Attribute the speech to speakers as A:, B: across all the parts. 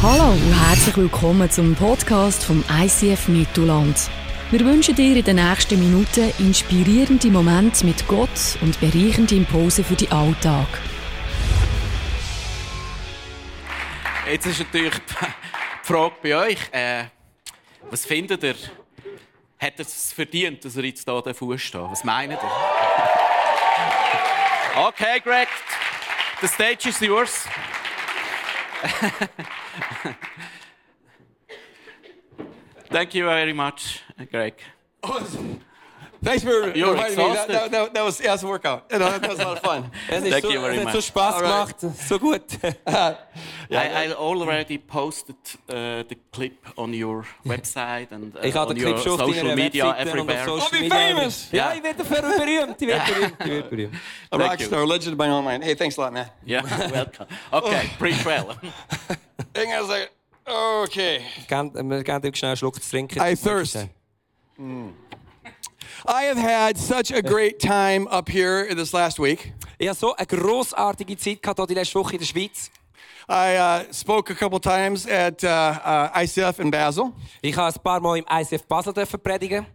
A: Hallo und herzlich willkommen zum Podcast vom ICF Mittelland. Wir wünschen dir in den nächsten Minuten inspirierende Momente mit Gott und bereichende Impulse für den Alltag.
B: Jetzt ist natürlich die Frage bei euch, äh, was findet ihr? Hat er es verdient, dass er jetzt hier davor steht? Was meint ihr? Okay, Greg, the stage is yours. Thank you very much, Greg.
C: Thanks for
B: You're
C: reminding me. That,
B: exhausted.
C: that, that, that was yeah, it's a workout. No, that was a lot of fun. Es hat
B: Thank
C: so,
B: you very
C: es hat so
B: much.
C: Spaß Alright. gemacht, so gut.
B: I, I already posted uh, the clip on your website and uh,
C: Ich habe
B: on
C: den Clip
B: your
C: schon auf
B: social
C: deiner
B: media
C: Webseite und auf
B: everywhere.
C: Social
D: I'll be
C: Media.
D: Oh, famous.
C: Ja,
B: Ja.
C: ich werde ver- berühmt, ich werde berühmt, ich werde berühmt.
B: A Thank rockstar,
C: legend of my own mind. Hey, thanks a lot, man.
B: Yeah, welcome. Okay, preach well.
D: Hang on a second. Okay.
C: Gern- Wir geben dir schnell einen Schluck zu trinken.
D: I thirst. I have had such a great time up here this last week.
C: Ich hatte so eine grossartige Zeit gehabt, hier die letzte Woche in der Schweiz.
D: I uh, spoke a couple times at uh, uh, ICF in Basel,
C: Ich durfte ein paar Mal im ICF Basel dürfen predigen.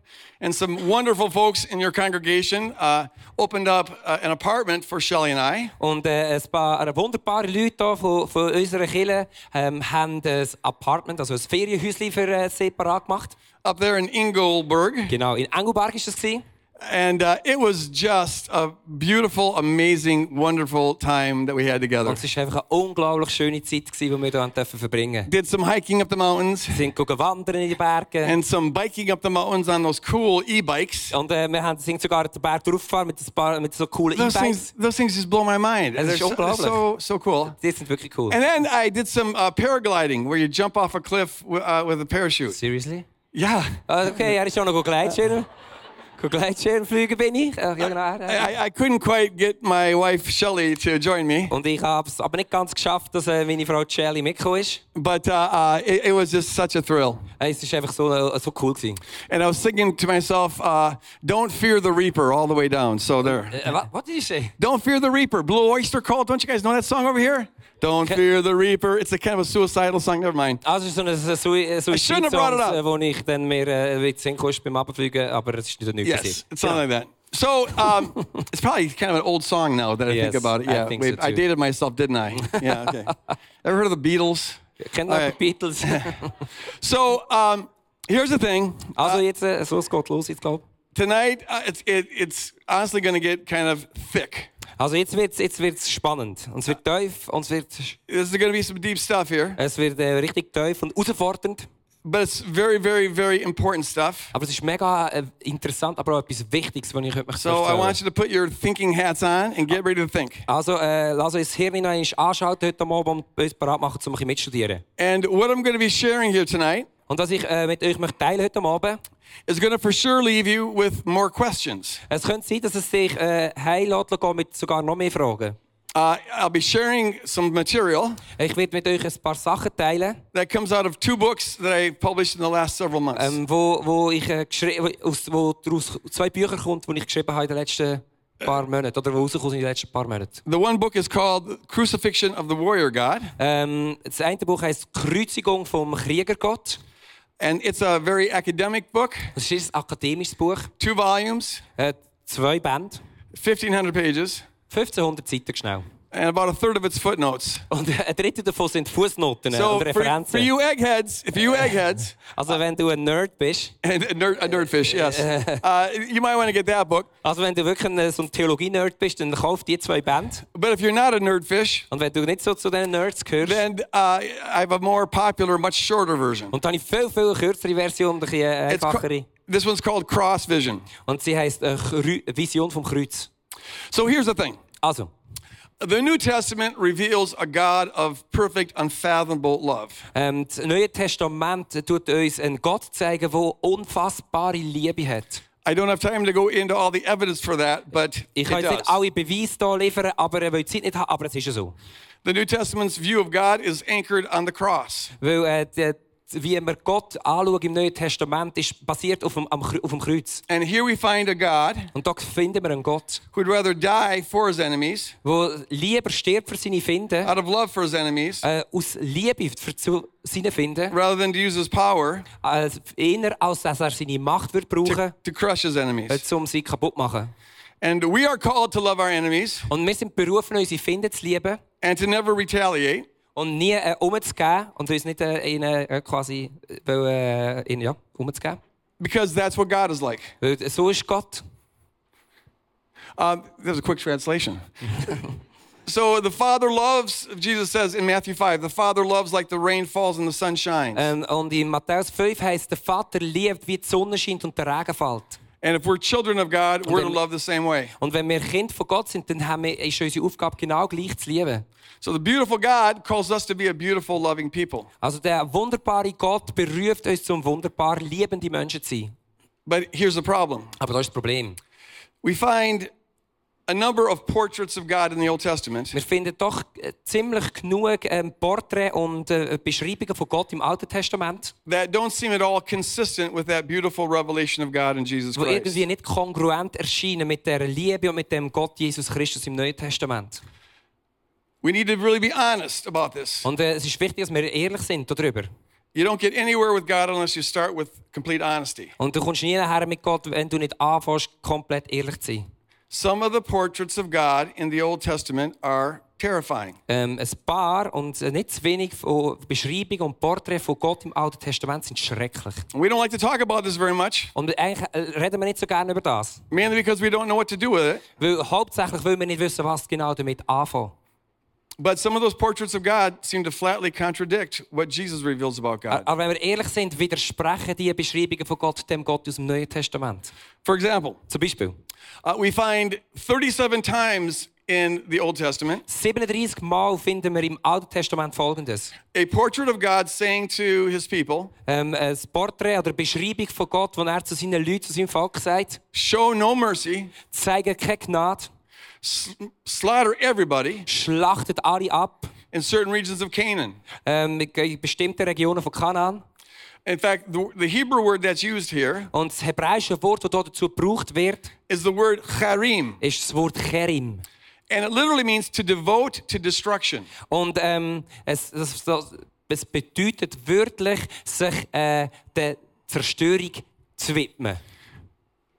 D: and some wonderful folks in your congregation uh, opened up uh, an apartment for Shelley and I.
C: Und äh, ein paar äh, wunderbare Leute hier von, von unserer Kirche ähm, haben ein Apartment, also ein Ferienhäuschen für äh, separat gemacht.
D: up there in Ingolberg.
C: Genau, in Engelberg war es. gewesen.
D: And uh, it was just a beautiful, amazing, wonderful time that we had together.
C: Und es war einfach eine unglaublich schöne Zeit, gewesen, die wir hier haben dürfen verbringen durften.
D: Did some hiking up the mountains
C: Wir sind gegangen wandern in die Berge.
D: and some biking up the mountains on those cool e bikes.
C: Und äh, wir haben, sind sogar den Berg draufgefahren mit, ein paar, mit so coolen
D: Those things,
C: E-Bikes.
D: those things just blow my mind.
C: That's
D: They're so, they're
C: unbelievable.
D: so, so cool.
C: Die sind wirklich cool.
D: And then I did some uh, paragliding where you jump off a cliff w- uh, with a parachute.
C: Seriously?
D: Yeah.
C: Ah, Okay, er ist auch noch Gleitschirm. Gleitschirm fliegen bin ich. Ah, Ja, genau. er-
D: I, I couldn't quite get my wife Shelly to join me,
C: Und ich habe es aber nicht ganz geschafft, dass äh, meine Frau Shelley mitgekommen ist.
D: but uh, uh, it, it was just such a thrill.
C: Äh, es war einfach so, äh, so cool. Gewesen.
D: And I was thinking to myself, uh, don't fear the reaper all the way down. So there.
C: Äh, wa- what did you say?
D: Don't fear the reaper. Blue Oyster Cult. Don't you guys know that song over here? Don't fear the reaper. It's a kind of a suicidal song. Never mind.
C: Also so ein so, so
D: shouldn't have brought it up.
C: wo ich dann mir äh, wieder hinkomme beim Abfliegen, aber es ist nicht nichts
D: Yes, it's something like that. So um, it's probably kind of an old song now that I
C: Yes,
D: think about it.
C: I
D: Yeah,
C: think
D: wait,
C: so
D: I
C: too.
D: dated myself, didn't I? Yeah. Okay. Ever heard of the Beatles?
C: Kennt
D: All
C: ihr
D: right.
C: die Beatles?
D: So um, here's the thing. Uh,
C: also jetzt, äh, so es geht los, ich glaube.
D: Tonight, uh, it's it, it's honestly going to get kind of thick.
C: Also jetzt wird es jetzt wird's spannend. Und es wird tief und es wird,
D: This is going to be some deep stuff here,
C: es wird äh, richtig tief und herausfordernd.
D: but it's very, very, very important stuff.
C: Aber es ist mega äh, interessant, aber auch etwas Wichtiges, was ich heute äh, möchte
D: So I
C: erzählen.
D: want you to put your thinking hats on and get ready to think.
C: Also äh, lass uns das Hirn noch einmal anschalten heute Abend und uns bereit machen, um ein bisschen mitzustudieren.
D: And what I'm going to be sharing here tonight
C: Und was ich äh, mit euch möchte teilen heute Abend,
D: is going to for sure leave you with more questions.
C: es könnte sein, dass es sich äh, heimladen kann mit sogar noch mehr Fragen.
D: Uh, I'll be sharing some material
C: Ich werde mit euch ein paar Sachen teilen,
D: that comes out of two books that I published in the last several months.
C: ähm, wo, wo ich äh, geschri- wo- aus wo daraus zwei Bücher kommt, die ich geschrieben habe in den letzten paar Monaten oder wo rausgekommen sind in den letzten paar Monaten.
D: the one book is called Crucifixion of the Warrior God,
C: Ähm, das eine Buch heißt Kreuzigung vom Kriegergott.
D: and it's a very academic book,
C: Das ist ein akademisches Buch,
D: two volumes,
C: äh, zwei Bände,
D: 1,500 pages,
C: 1500 Seiten schnell.
D: and about a third of its footnotes.
C: Und äh, ein Drittel davon sind Fußnoten
D: So
C: und
D: for,
C: Referenzen.
D: for you eggheads, if you eggheads
C: also wenn du ein Nerd bist,
D: and a, nerd, a nerdfish, yes, uh, you might want to get that book.
C: also wenn du wirklich ein, so ein Theologie-Nerd bist, dann kauf die zwei Bände.
D: But if you're not a nerdfish,
C: Und wenn du nicht so zu den Nerds gehörst,
D: then uh, I have a more popular, much shorter version.
C: Und dann habe ich viel, viel kürzere Version, eine bisschen äh,
D: It's ca-
C: einfachere.
D: this one's called Cross Vision.
C: Und sie heisst äh, Kreu- Vision vom Kreuz.
D: So here's the thing
C: Also,
D: the New Testament reveals a God of perfect, unfathomable love.
C: ähm, das Neue Testament tut uns einen Gott zeigen, der unfassbare Liebe hat.
D: I don't have time to go into all the evidence for that, but
C: Ich
D: it
C: kann jetzt nicht
D: does.
C: alle Beweise hier liefern, aber äh, weil die Zeit nicht haben, aber es ist ja so.
D: The New Testament's view of God is anchored on the cross.
C: Weil äh, die- wie wir Gott anschauen im Neuen Testament, ist basiert auf dem, am, Kr- auf dem Kreuz.
D: And here we find a God
C: Und da finden wir einen Gott,
D: who'd rather die for his enemies,
C: der lieber stirbt für seine Finden,
D: out of love for his enemies,
C: äh, aus Liebe für zu seine Finden,
D: rather than to use his power
C: als eher als dass er seine Macht wird brauchen
D: to, to crush his enemies.
C: würde, um sie kaputt zu machen.
D: And we are called to love our enemies
C: Und wir sind berufen, unsere Finden zu lieben
D: and to never retaliate.
C: und nie äh, umzugeben und uns nicht äh, ihnen äh, quasi äh, weil, äh, ihnen, ja, umzugeben.
D: Because that's what God is like.
C: Weil so ist Gott.
D: Um, that was a quick translation. so the Father loves, Jesus says in Matthew 5, the Father loves like the rain falls and the sun shines.
C: Ähm, und in Matthäus 5 heißt der Vater liebt, wie die Sonne scheint und der Regen fällt.
D: and if we're children of God, we're to
C: then-
D: love the same way.
C: Und wenn wir Kind von Gott sind, dann haben wir, ist unsere Aufgabe genau gleich zu lieben.
D: So the beautiful God calls us to be a beautiful, loving people.
C: Also der wunderbare Gott beruft uns zum wunderbar liebende Menschen zu sein.
D: But here's the problem
C: Aber da ist das Problem.
D: we find a number of portraits of God in the Old Testament
C: Wir finden doch äh, ziemlich genug ähm, Porträts und äh, Beschreibungen von Gott im Alten Testament,
D: that don't seem at all consistent with that beautiful revelation of God in Jesus
C: die
D: Christ.
C: irgendwie nicht kongruent erscheinen mit der Liebe und mit dem Gott Jesus Christus im Neuen Testament.
D: We need to really be honest about this.
C: Und äh, es ist wichtig, dass wir ehrlich sind darüber.
D: You don't get anywhere with God unless you start with complete honesty.
C: Und du kommst nie nachher mit Gott, wenn du nicht anfängst, komplett ehrlich zu sein.
D: Some of the portraits of God in the Old Testament are terrifying.
C: Ähm, ein paar und äh, nicht zu wenig von Beschreibungen und Porträts von Gott im Alten Testament sind schrecklich.
D: We don't like to talk about this very much,
C: Und eigentlich äh, reden wir nicht so gerne über das.
D: mainly because we don't know what to do with it.
C: Weil hauptsächlich will wir nicht wissen, was genau damit anfangen.
D: But some of those portraits of God seem to flatly contradict what Jesus reveals about God.
C: Aber wenn wir ehrlich sind, widersprechen die Beschreibungen von Gott dem Gott aus dem Neuen Testament.
D: For example,
C: Zum Beispiel,
D: uh, we find 37 times in the Old Testament
C: 37 Mal finden wir im Alten Testament Folgendes.
D: a portrait of God saying to his people,
C: Ähm, ein Porträt oder Beschreibung von Gott, wo er zu seinen Leuten, zu seinem Volk sagt,
D: Show no mercy,
C: zeige keine Gnade,
D: sl- slaughter everybody
C: schlachtet alle ab,
D: in certain regions of Canaan.
C: ähm, in bestimmten Regionen von Kanaan.
D: In fact, the, the Hebrew word that's used here
C: Und das hebräische Wort, das hier dazu gebraucht wird,
D: is the word charim.
C: ist das Wort Cherim.
D: And it literally means to devote to destruction.
C: Und ähm, es, das, das, es bedeutet wörtlich, sich äh, der Zerstörung zu widmen.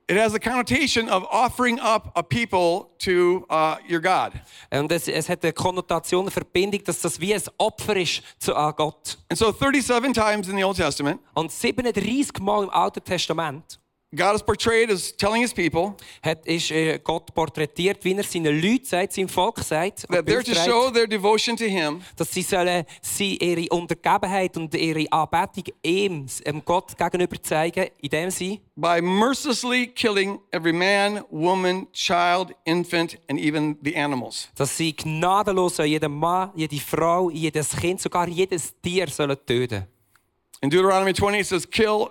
D: It has the connotation of offering up a people to uh, your God.
C: Und es, es hat eine Konnotation, eine Verbindung, dass das wie ein Opfer ist zu an Gott.
D: And so, 37 times in the Old Testament,
C: Und 37 Mal im Alten Testament
D: God is portrayed as telling his people
C: hat, ist äh, Gott porträtiert, wie er seinen Leuten sagt, seinem Volk sagt, und
D: that they're to
C: beauftragt,
D: show their devotion to him
C: dass sie, sollen, sie ihre Untergebenheit und ihre Anbetung ihm, ähm, Gott gegenüber zeigen, indem sie
D: by mercilessly killing every man, woman, child, infant, and even the animals.
C: dass sie gnadenlos sollen jeden Mann, jede Frau, jedes Kind, sogar jedes Tier sollen töten.
D: In Deuteronomy 20, it says, Kill,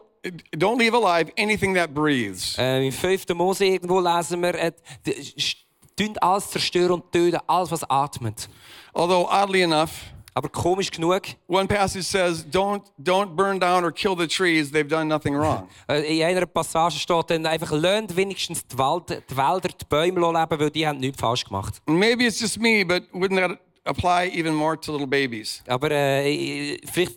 D: don't leave alive anything that breathes.
C: Ähm, Im 5. Mose irgendwo lesen wir, äh, d- sch- tünd alles zerstören und töten, alles was atmet.
D: Although, oddly enough,
C: Aber komisch genug,
D: one passage says, don't, don't burn down or kill the trees, they've done nothing wrong.
C: äh, in einer Passage steht dann einfach, löhnt wenigstens die, Wald, die Wälder, die Bäume lassen leben, weil die haben nichts falsch gemacht.
D: Maybe it's just me, but wouldn't that apply even more to little babies?
C: Aber äh, ich- vielleicht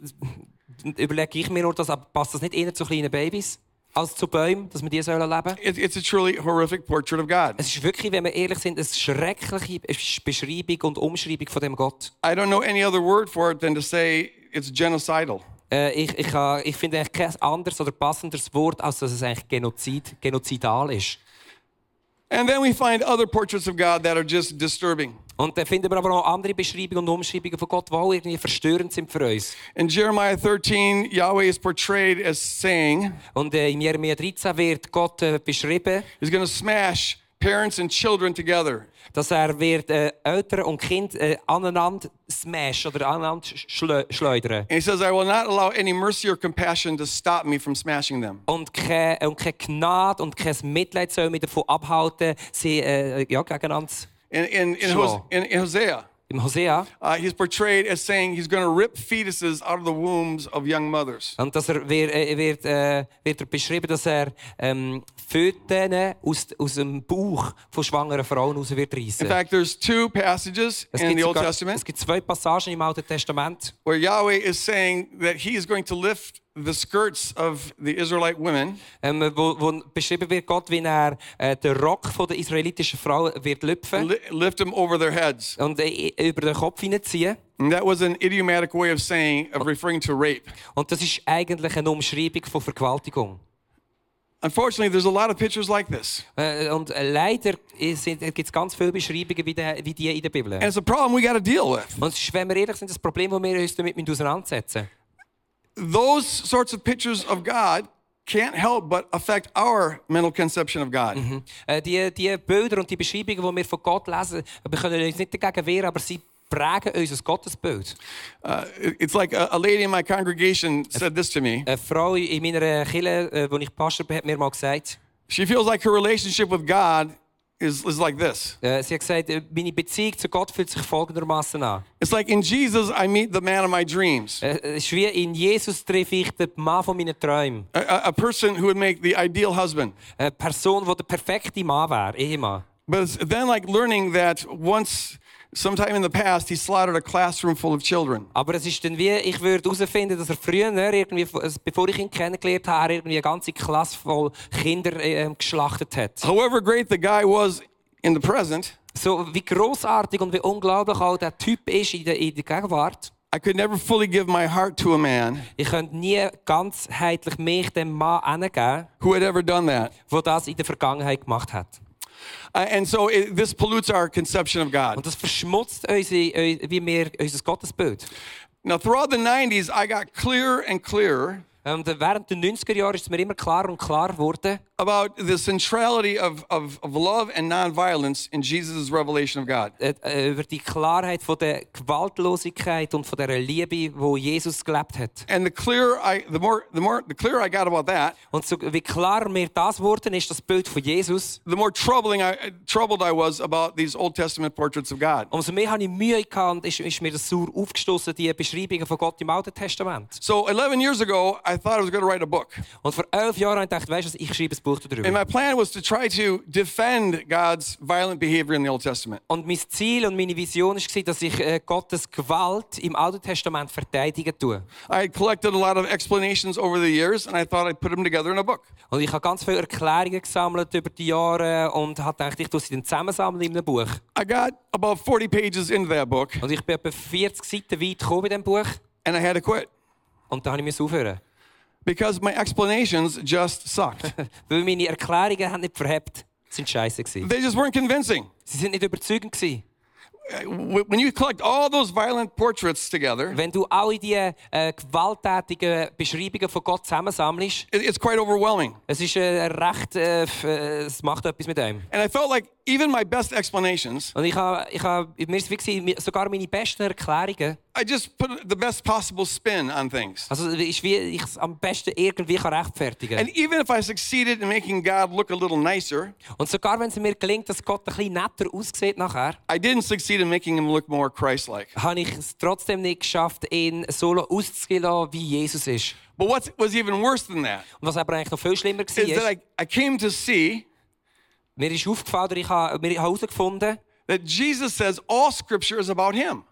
C: überlege ich mir nur, dass, passt das nicht eher zu kleinen Babys als zu Bäumen, dass wir die sollen leben
D: It, it's a truly horrific portrait of God.
C: Es ist wirklich, wenn wir ehrlich sind, eine schreckliche Beschreibung und Umschreibung von dem Gott.
D: I don't know any other word for it than to say it's genocidal.
C: Äh, ich ich, ha- ich finde eigentlich kein anderes oder passenderes Wort, als dass es eigentlich Genozid, genozidal ist.
D: And then we find other portraits of God that are just disturbing.
C: Und dann finden wir aber auch andere Beschreibungen und Umschreibungen von Gott, die auch irgendwie verstörend sind für uns.
D: In Jeremiah 13, Yahweh is portrayed as saying,
C: Und äh, im Jeremia 13 wird Gott äh, beschrieben,
D: He's going to smash parents and children together.
C: dass er wird äh, Eltern und Kind äh, aneinander smash oder aneinander sch- schlö- schleudern.
D: And he says, I will not allow any mercy or compassion to stop me from smashing them.
C: Und keine, und keine Gnade und kein Mitleid soll mich davon abhalten, sie äh, ja, gegeneinander zu
D: In, in, in,
C: Sure.
D: Hose, in, in Hosea,
C: im Hosea,
D: Uh, he's portrayed as saying he's going to rip fetuses out of the wombs of young mothers.
C: und dass er, wird, äh, wird, äh, wird er beschrieben, dass er ähm, Föten aus, aus dem Bauch von schwangeren Frauen raus wird reissen.
D: In fact, there's two passages
C: es,
D: in
C: gibt
D: the Old
C: sogar, es
D: Testament
C: gibt zwei Passagen im Alten Testament,
D: where Yahweh is saying that he is going to lift the skirts of the Israelite women
C: ähm, wo, wo beschrieben wird Gott, wie er äh, den Rock von der israelitischen Frau wird lüpfen
D: li- lift them over their heads.
C: und äh, über den Kopf hineinziehen.
D: And that was an idiomatic way of saying, of referring to rape.
C: Und das ist eigentlich eine Umschreibung von Vergewaltigung.
D: Unfortunately, there's a lot of pictures like this.
C: Äh, und äh, leider gibt es ganz viele Beschreibungen wie, der, wie die in der Bibel.
D: And it's a problem we got to deal with.
C: Und es ist, wenn wir ehrlich sind, das Problem, das wir uns damit müssen auseinandersetzen
D: Those sorts of pictures of God can't help but affect our mental conception of God.
C: müssen. Äh, die, die Bilder und die Beschreibungen, die wir von Gott lesen, wir können uns nicht dagegen wehren, aber sie prägen unser Gottesbild.
D: Uh, it- it's like a, a lady in my congregation said this to me.
C: Eine Frau in meiner Kirche, äh, wo ich Pastor bin, hat mir mal gesagt,
D: She feels like her relationship with God is, is like this.
C: äh, sie hat gesagt, äh, meine Beziehung zu Gott fühlt sich folgendermaßen an.
D: It's like in Jesus, I meet the man of my dreams, a,
C: Äh, Es ist wie in Jesus treffe ich den Mann von meinen Träumen.
D: a- a person who would make the ideal husband.
C: Eine Person, die der perfekte Mann wäre, Ehemann.
D: But it's then like learning that once, sometime in the past, he slaughtered a classroom full of children.
C: Aber es ist dann wie, ich würde herausfinden, dass er früher, irgendwie, bevor ich ihn kennengelernt habe, er irgendwie eine ganze Klasse voll Kinder äh, geschlachtet hat.
D: However great the guy was in the present,
C: So wie großartig und wie unglaublich auch der Typ ist in der, in der Gegenwart.
D: I could never fully give my heart to a man
C: Ich könnte nie ganzheitlich mich dem Mann hingeben,
D: who had ever done that.
C: der das in der Vergangenheit gemacht hat.
D: Uh, and so it, this pollutes our conception of God.
C: Und das verschmutzt unsere, eu- wie wir, unser Gottesbild.
D: Now, throughout the 90s, I got clearer and clearer
C: Und während Ähm, der 90er Jahre ist es mir immer klarer und klarer geworden,
D: about the centrality of, of, of love and nonviolence in Jesus' revelation of God.
C: äh, äh, über die Klarheit von der Gewaltlosigkeit und von der Liebe, wo Jesus gelebt hat.
D: And the clearer I, the more, the more, the clearer I got about that,
C: Und so, wie klarer mir das geworden ist, das Bild von Jesus,
D: the more troubling I, troubled I was about these Old Testament portraits of God.
C: umso mehr habe ich Mühe gehabt und ist, ist mir das sauer aufgestoßen, die Beschreibungen von Gott im Alten Testament.
D: So 11 years ago, I thought I was going to write a book.
C: Und vor elf Jahren habe ich gedacht, weißt du, was, ich schreibe ein Buch darüber.
D: And my plan was to try to defend God's violent behavior in the Old Testament.
C: und mein Ziel und meine Vision war, dass ich äh, Gottes Gewalt im Alten Testament verteidigen tue.
D: I had collected a lot of explanations over the years, and I thought I'd put them together in a book.
C: Und ich habe ganz viele Erklärungen gesammelt über die Jahre und habe gedacht, ich tue sie dann zusammensammeln in einem Buch.
D: I got about 40 pages into that book,
C: Und Also, ich bin etwa 40 Seiten weit gekommen in diesem Buch
D: and I had to quit
C: und dann musste ich aufhören.
D: because my explanations just sucked.
C: Weil meine Erklärungen haben nicht verhebt. Sie waren scheiße. gewesen.
D: they just weren't convincing.
C: Sie sind nicht überzeugend. gewesen.
D: Wh- When you collect all those violent portraits together,
C: Wenn du alle diese äh, gewalttätigen Beschreibungen von Gott zusammensammelst,
D: it- it's quite overwhelming.
C: es ist äh, recht, äh, f- äh, es macht etwas mit einem.
D: And I felt like even my best explanations,
C: Und ich habe, ich habe, mir ist wirklich mi- sogar meine besten Erklärungen,
D: I just put the best possible spin on things.
C: also es ist wie ich es am besten irgendwie kann rechtfertigen
D: And even if I succeeded in making God look a little nicer,
C: Und sogar wenn es mir gelingt, dass Gott ein bisschen netter aussieht nachher,
D: I didn't succeed in making him look more Christ like.
C: habe ich es trotzdem nicht geschafft, ihn so auszugehen, lassen, wie Jesus ist.
D: But what was even worse than that
C: Und was aber eigentlich noch viel schlimmer war,
D: is that
C: ist,
D: I, I came to see
C: mir ist aufgefallen, oder ich habe mir- ich habe herausgefunden,
D: that Jesus says all scripture is about him.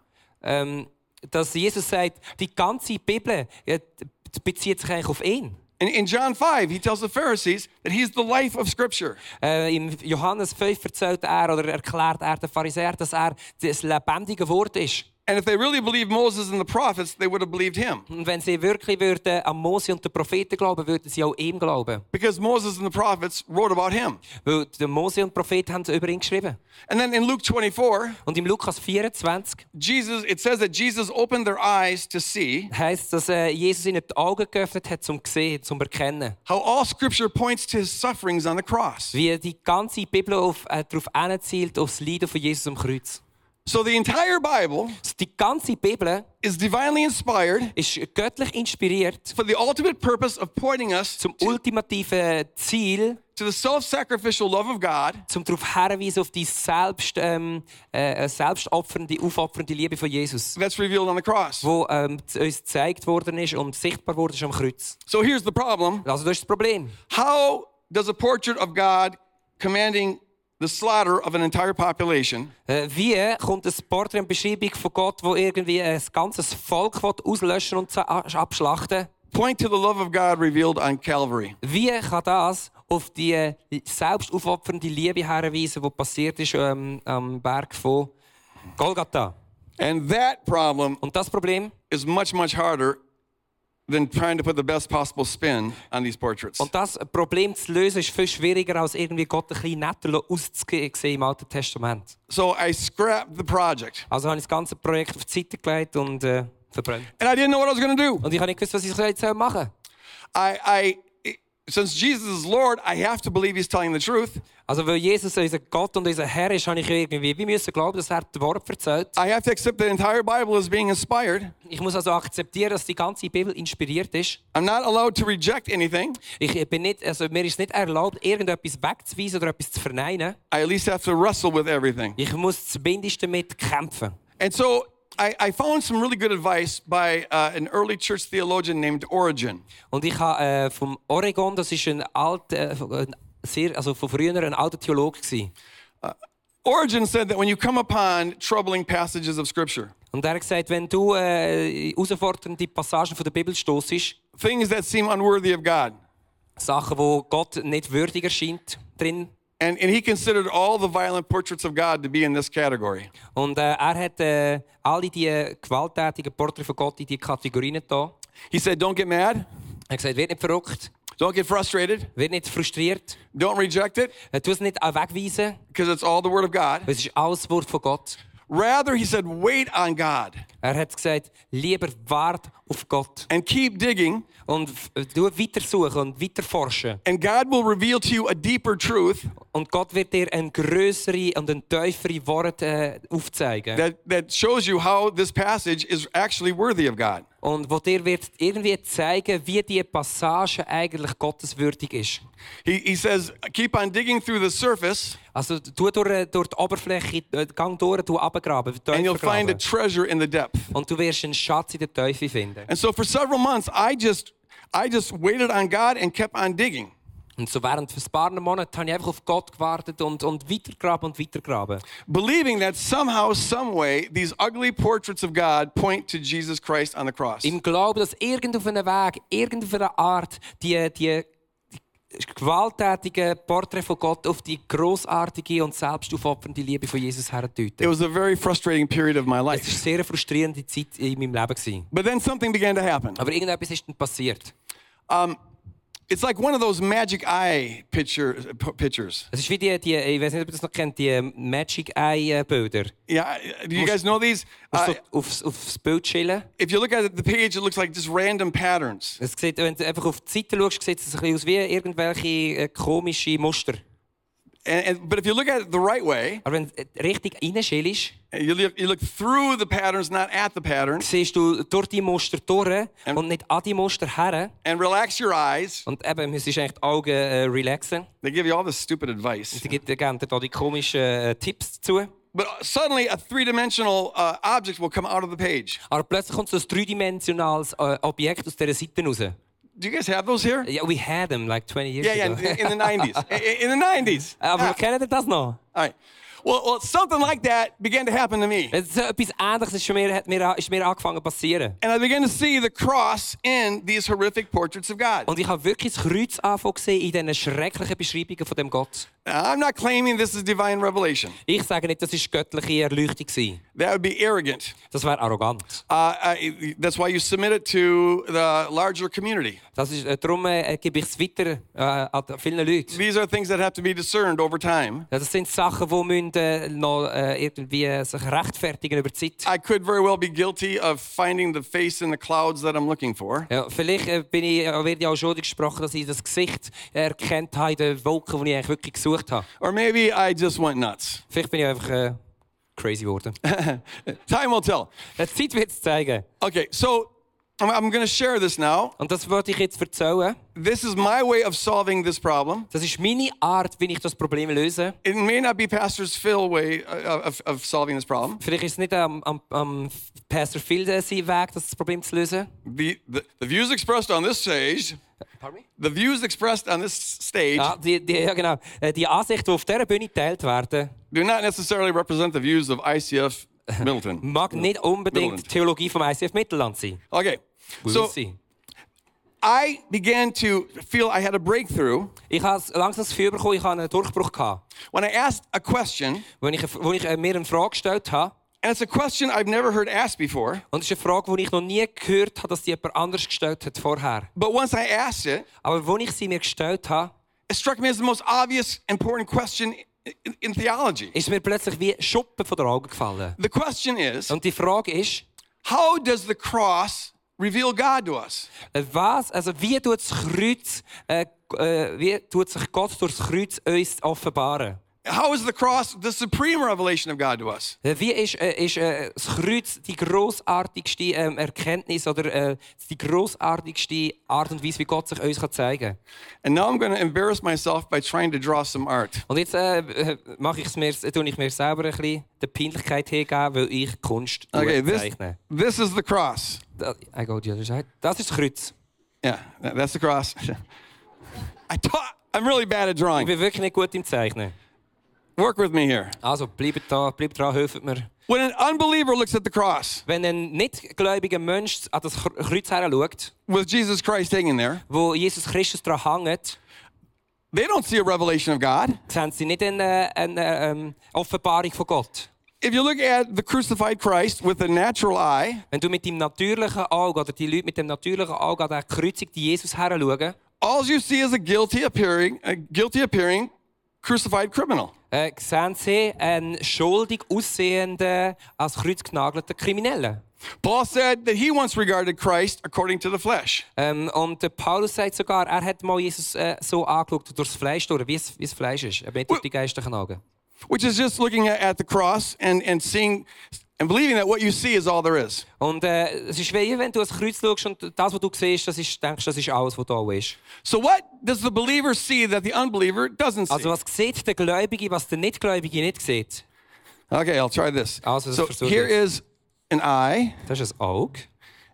C: ähm, dass Jesus sagt, die ganze Bibel ja, die bezieht sich eigentlich auf ihn.
D: In, in John 5, he tells the Pharisees that he's the life of scripture.
C: Äh, Im Johannes 5 erzählt er oder erklärt er den Pharisäern, dass er das lebendige Wort ist.
D: And if they really believed Moses and the prophets, they would have believed him.
C: Und wenn sie wirklich würden an Mose und den Propheten glauben, würden sie auch ihm glauben.
D: Because Moses and the prophets wrote about him.
C: Weil der Mose und die Propheten haben über ihn geschrieben.
D: And then in Luke 24,
C: Und im Lukas 24
D: Jesus, it says that Jesus opened their eyes to see
C: heißt, dass äh, Jesus ihnen die Augen geöffnet hat, zum sehen, zum erkennen,
D: how all scripture points to his sufferings on the cross.
C: wie die ganze Bibel auf, äh, darauf hinzielt, auf das Leiden von Jesus am Kreuz.
D: So the entire Bible
C: Also die ganze Bibel
D: is divinely inspired
C: ist göttlich inspiriert
D: for the ultimate purpose of pointing us
C: zum
D: to,
C: ultimativen Ziel,
D: to the self-sacrificial love of God
C: um darauf hinzuweisen, auf die selbst, ähm, äh, selbstopfernde, aufopfernde Liebe von Jesus,
D: that's revealed on the cross.
C: wo ähm, z- uns gezeigt worden ist und sichtbar wurde ist am Kreuz.
D: So here's the problem.
C: Also das ist das Problem.
D: How does a portrait of God commanding the slaughter of an entire population
C: Äh, wie kommt ein Porträt und Beschreibung von Gott, wo irgendwie ein ganzes Volk will auslöschen und za- abschlachten?
D: point to the love of God revealed on Calvary?
C: Wie kann das auf die selbstaufopfernde Liebe hinweisen, die passiert ist ähm, am Berg von Golgatha?
D: And that problem
C: Und das Problem,
D: is much, much harder than trying to put the best possible spin on these portraits.
C: und das Problem zu lösen, ist viel schwieriger, als irgendwie Gott ein bisschen netter auszusehen im Alten Testament.
D: So I scrapped the project.
C: Also habe ich das ganze Projekt auf die Seite gelegt und äh, verbrannt.
D: And I didn't know what I was going to do.
C: Und ich habe nicht gewusst, was ich jetzt machen soll.
D: I, I, since Jesus is Lord, I have to believe he's telling the truth.
C: Also weil Jesus unser Gott und unser Herr ist, habe ich irgendwie, wir müssen glauben, dass er das Wort erzählt.
D: I have to accept the entire Bible as being inspired.
C: Ich muss also akzeptieren, dass die ganze Bibel inspiriert ist.
D: I'm not allowed to reject anything.
C: Ich bin nicht, also mir ist nicht erlaubt, irgendetwas wegzuweisen oder etwas zu verneinen.
D: I at least have to wrestle with everything.
C: Ich muss zumindest damit kämpfen.
D: And so I, I found some really good advice by uh, an early church theologian named Origen.
C: Und ich habe äh, vom Oregon, das ist ein alt, äh, ein sehr, also von früher ein alter Theologe gewesen.
D: Origen said that when you come upon troubling passages of Scripture,
C: Und er hat gesagt, wenn du äh, herausfordernde Passagen von der Bibel stoßest,
D: things that seem unworthy of God,
C: Sachen, wo Gott nicht würdig erscheint drin.
D: and, and he considered all the violent portraits of God to be in this category.
C: Und äh, er hat äh, alle die gewalttätigen Porträts von Gott in die Kategorien da.
D: He said, Don't get mad,
C: Er hat gesagt, wird nicht verrückt,
D: don't get frustrated,
C: wird nicht frustriert,
D: don't reject it,
C: äh, tu es nicht auch wegweisen.
D: because it's all the Word of God.
C: Es ist alles Wort von Gott.
D: Rather, he said, Wait on God
C: Er hat gesagt, lieber wart auf Gott
D: and keep digging,
C: und f- du weiter suchen und weiter forschen.
D: and God will reveal to you a deeper truth
C: Und Gott wird dir ein größere und ein tiefere Wort äh, aufzeigen.
D: that, that shows you how this passage is actually worthy of God.
C: Und wo dir wird irgendwie zeigen, wie die Passage eigentlich gotteswürdig ist.
D: He, he says, keep on digging through the surface,
C: Also tu durch, äh, durch die Oberfläche, äh, gang durch, tu abgraben,
D: and you'll find a
C: vergraben.
D: treasure in the depth.
C: Und du wirst einen Schatz in der Teufel finden.
D: And so for several months, I just, I just waited on God and kept on digging.
C: Und so während ein paar Monaten habe ich einfach auf Gott gewartet und, und weitergraben und weitergraben.
D: believing that somehow, some way, these ugly portraits of God point to Jesus Christ on the cross.
C: Im Glauben, dass irgend auf einem Weg, irgend auf einer Art, die, die, die gewalttätige Porträt von Gott auf die großartige und selbstaufopfernde Liebe von Jesus
D: It
C: herdeuten.
D: was a very frustrating period of my
C: Es war eine
D: life.
C: sehr frustrierende Zeit in meinem Leben. gewesen.
D: But then something began to happen. Um,
C: Aber irgendetwas ist dann passiert.
D: It's like one of those magic eye picture, p- pictures.
C: Es ist wie die, eh, die ich weiß nicht, ob ihr das noch kennt, die eh, Magic eh, Eye-Bilder.
D: Yeah, do you guys know these?
C: Musst
D: Uh,
C: du aufs, aufs Bild chillen. Dus
D: if you look at it, the page, it looks like just random patterns.
C: Es sieht, wenn du einfach auf die Seite schaust, sieht es ein bisschen aus wie irgendwelche äh, komische Muster.
D: And, and, but if you look at it the right way,
C: Aber wenn du äh, richtig reinschillst,
D: you look, you look through the patterns, not at the patterns,
C: siehst du durch die Muster durch und nicht an die Muster her.
D: and relax your eyes.
C: Und eben, es ist eigentlich die Augen äh, relaxen.
D: They give you all this stupid advice.
C: Sie gibt äh, geben dir da die komischen äh, Tipps dazu.
D: But suddenly, a three dimensional uh, object will come out of the page.
C: Aber plötzlich kommt so ein dreidimensionales äh, Objekt aus dieser Seite raus.
D: Do you guys have those here?
C: Yeah, we had them like 20 years
D: Yeah, yeah,
C: ago. Ah,
D: in in the 90s. I- I- In the 90s.
C: Aber
D: Yeah.
C: kennt ihr das noch?
D: All right. Well, well, something like that began to happen to me.
C: Es- So etwas Ähnliches ist, schon mir, hat mir, an- ist mir angefangen zu passieren.
D: And I began to see the cross in these horrific portraits of God.
C: Und ich habe wirklich das Kreuz angefangen gesehen in diesen schrecklichen Beschreibungen von dem Gott.
D: Now, I'm not claiming this is divine revelation.
C: Ich sage nicht, das war göttliche Erleuchtung. gewesen.
D: That would be arrogant.
C: Das wäre arrogant.
D: Uh, I, that's why you submit it to the larger community.
C: Das ist, äh, darum äh, gebe ich es weiter äh, an vielen Leuten.
D: These are things that have to be discerned over time.
C: Ja, das sind Sachen, die müssen, äh, noch äh, irgendwie äh, sich rechtfertigen über die Zeit.
D: I could very well be guilty of finding the face in the clouds that I'm looking for.
C: Ja, vielleicht äh, bin ich, äh, werde ich auch schuldig gesprochen, dass ich das Gesicht erkannt habe in den Wolken, die ich eigentlich wirklich gesucht habe.
D: Or maybe I just went nuts.
C: Vielleicht bin ich einfach äh, crazy geworden.
D: Time will tell.
C: Die Zeit wird es zeigen.
D: Okay, so I'm, I'm going to share this now.
C: Und das wollte ich jetzt erzählen.
D: This is my way of solving this problem.
C: Das ist meine Art, wie ich das Problem löse.
D: It may not be Pastor Phil's way uh, of, of solving this problem.
C: Vielleicht ist es nicht am, am, am Pastor Phil äh, sein Weg, das Problem zu lösen.
D: The, the, the views expressed on this stage, the views expressed on this stage
C: Ja, die, die, ja genau. Äh, Die Ansichten, die auf dieser Bühne geteilt werden,
D: do not necessarily represent the views of ICF Middleton.
C: mag nicht unbedingt die
D: Mittelland.
C: Theologie vom ICF Mittelland sein.
D: Okay,
C: We will
D: so
C: see.
D: I began to feel I had a breakthrough
C: Ich habe langsam das Gefühl bekommen, ich habe einen Durchbruch gehabt.
D: when I asked a question,
C: Als ich, wo ich äh, mir eine Frage gestellt habe,
D: and it's a question I've never heard asked before.
C: und das ist eine Frage, die ich noch nie gehört habe, dass die jemand anders gestellt hat vorher.
D: But once I asked it,
C: Aber als ich sie mir gestellt habe,
D: it struck me as the most obvious, important question in, in theology.
C: ist mir plötzlich wie Schuppen von den Augen gefallen.
D: The question is
C: Und die Frage ist,
D: how does the cross reveal God to us?
C: äh, was, also wie tut das Kreuz, äh, äh, wie tut sich Gott durch das Kreuz uns offenbaren?
D: How is the cross the supreme revelation of God to us?
C: Äh, Wie ist, äh, ist äh, das Kreuz die grossartigste ähm, Erkenntnis oder äh, die grossartigste Art und Weise, wie Gott sich uns kann zeigen kann?
D: And now I'm going to embarrass myself by trying to draw some art.
C: Und jetzt äh, äh, mache ich's mir, äh, tue ich mir selber ein bisschen die Peinlichkeit hingeben, weil ich Kunst
D: Okay, this,
C: zeichne.
D: this is the cross.
C: Da- I go the other side. Das ist das Kreuz.
D: Yeah, that- that's the cross. I taught, I'm really bad at drawing.
C: Ich bin wirklich nicht gut im Zeichnen.
D: Work with me here.
C: Also bleibt da, bleibt dran, helft mir.
D: When an unbeliever looks at the cross
C: Wenn ein nichtgläubiger Mensch an das Kr- Kreuz her schaut,
D: with Jesus Christ hanging there,
C: wo Jesus Christus dran hängt,
D: they don't see a revelation of God.
C: sehen sie nicht eine, eine ähm, Offenbarung von Gott.
D: If you look at the crucified Christ with the natural eye,
C: Wenn du mit dem natürlichen Auge oder die Leute mit dem natürlichen Auge an den gekreuzigten Jesus her schauen,
D: all you see is a guilty appearing, a guilty appearing crucified criminal.
C: äh, sehen sie einen schuldig aussehenden, als Kreuz genagelten Kriminellen.
D: Paul said that he once regarded Christ according to the flesh.
C: Ähm, und der Paulus sagt sogar, er hat mal Jesus äh, so angeschaut, durchs Fleisch durch, wie es wie es Fleisch ist, eben nicht durch die geistlichen Augen.
D: which is just looking at, at the cross and, and seeing and believing that what you see is all there is.
C: Und äh, es ist wie wenn du ans Kreuz schaust und das, was du siehst, das ist, denkst, das ist alles, was da ist.
D: So what does the believer see that the unbeliever doesn't see?
C: Also was sieht der Gläubige, was der Nichtgläubige nicht sieht?
D: okay, I'll try this.
C: Also,
D: so
C: versuch
D: here
C: jetzt.
D: is an eye,
C: Das ist ein Auge,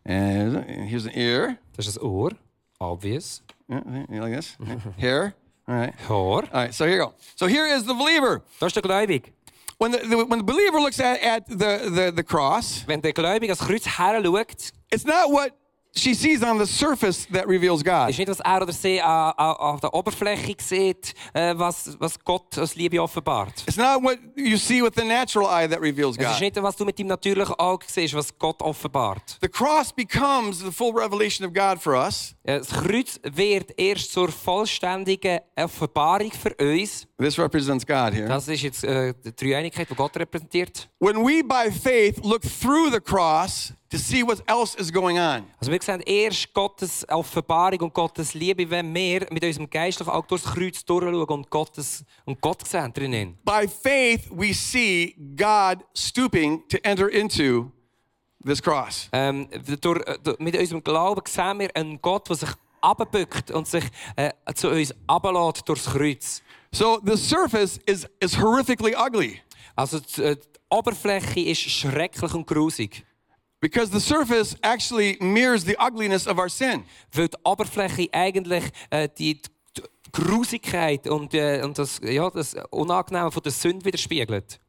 D: and and here's an ear,
C: das ist ein Ohr, obvious,
D: Yeah, yeah, like this, hair. All right.
C: Haar.
D: All right, so here you go. So here is the believer.
C: Das ist der Gläubige.
D: When the, the, when the believer looks at, at the, the, the cross,
C: Wenn der Gläubige ans Kreuz her schaut,
D: it's not what she sees on the surface that reveals God.
C: ist nicht, was er oder sie an, an, an der Oberfläche sieht, äh, was, was Gott als Liebe offenbart.
D: It's not what you see with the natural eye that reveals
C: Es ist
D: God.
C: nicht, was du mit deinem natürlichen Auge siehst, was Gott offenbart.
D: The cross becomes the full revelation of God for us.
C: Äh, Das Kreuz wird erst zur vollständigen Offenbarung für uns.
D: This represents God here.
C: Das ist jetzt äh, die Dreieinigkeit, die Gott repräsentiert.
D: When we, by faith, look through the cross to see what else is going on,
C: Also wir sehen erst Gottes Offenbarung und Gottes Liebe, wenn wir mit unserem geistlichen Auge durchs Kreuz durchschauen und, Gottes, und Gott sehen drinnen.
D: by faith, we see God stooping to enter into this cross.
C: Ähm, durch, äh, durch- mit unserem Glauben sehen wir einen Gott, der sich abbückt und sich äh, zu uns ablässt durchs Kreuz.
D: So the surface is, is horrifically ugly
C: Also die, äh, die Oberfläche ist schrecklich und grusig.
D: because the surface actually mirrors the ugliness of our sin.
C: weil die Oberfläche eigentlich äh, die, die Grusigkeit und, äh, und das, ja, das Unangenehme von der Sünde widerspiegelt.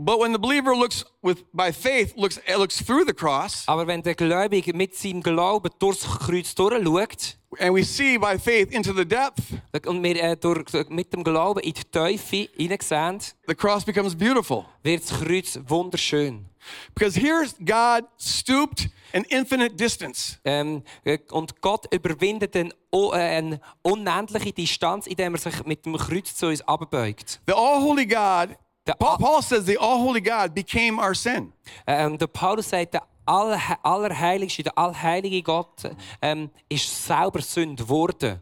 D: But when the believer looks with by faith looks looks through the cross
C: Aber wenn der Gläubige mit seinem Glauben durchs Kreuz durchschaut
D: and we see by faith into the depth,
C: und wir äh, durch, mit dem Glauben in die Teufel hineinsehen,
D: the cross becomes beautiful.
C: wird das Kreuz wunderschön.
D: Because here's God stooped an infinite distance.
C: Ähm, äh, und Gott überwindet eine, o- äh, eine unendliche Distanz, indem er sich mit dem Kreuz zu uns abbeugt.
D: The all holy God,
C: The
D: Paul,
C: all-
D: Paul says the all holy God became our sin.
C: Ähm, der Paulus sagt, der Allhe- Allerheiligste, der allheilige Gott ähm, ist selber Sünde geworden.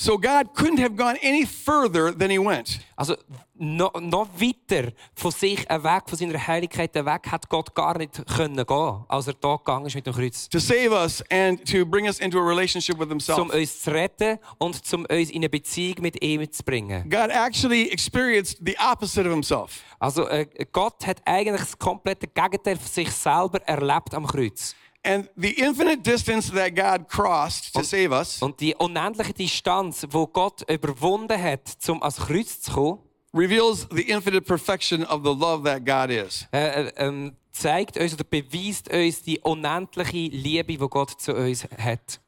D: So God couldn't have gone any further than he went.
C: Also noch, noch weiter von sich äh, weg, von seiner Heiligkeit äh, weg, hat Gott gar nicht können gehen, als er da gegangen ist mit dem Kreuz.
D: to save us and to bring us into a relationship with
C: Um
D: himself.
C: uns zu retten und um uns in eine Beziehung mit ihm zu bringen.
D: God actually experienced the opposite of himself.
C: Also äh, Gott hat eigentlich das komplette Gegenteil von sich selber erlebt am Kreuz.
D: And the infinite distance that God crossed to save us
C: Und die unendliche Distanz, wo Gott überwunden hat, um ans Kreuz zu kommen,
D: reveals the infinite perfection of the love that God is.
C: äh, äh, ähm, zeigt uns oder beweist uns die unendliche Liebe, die Gott zu uns hat.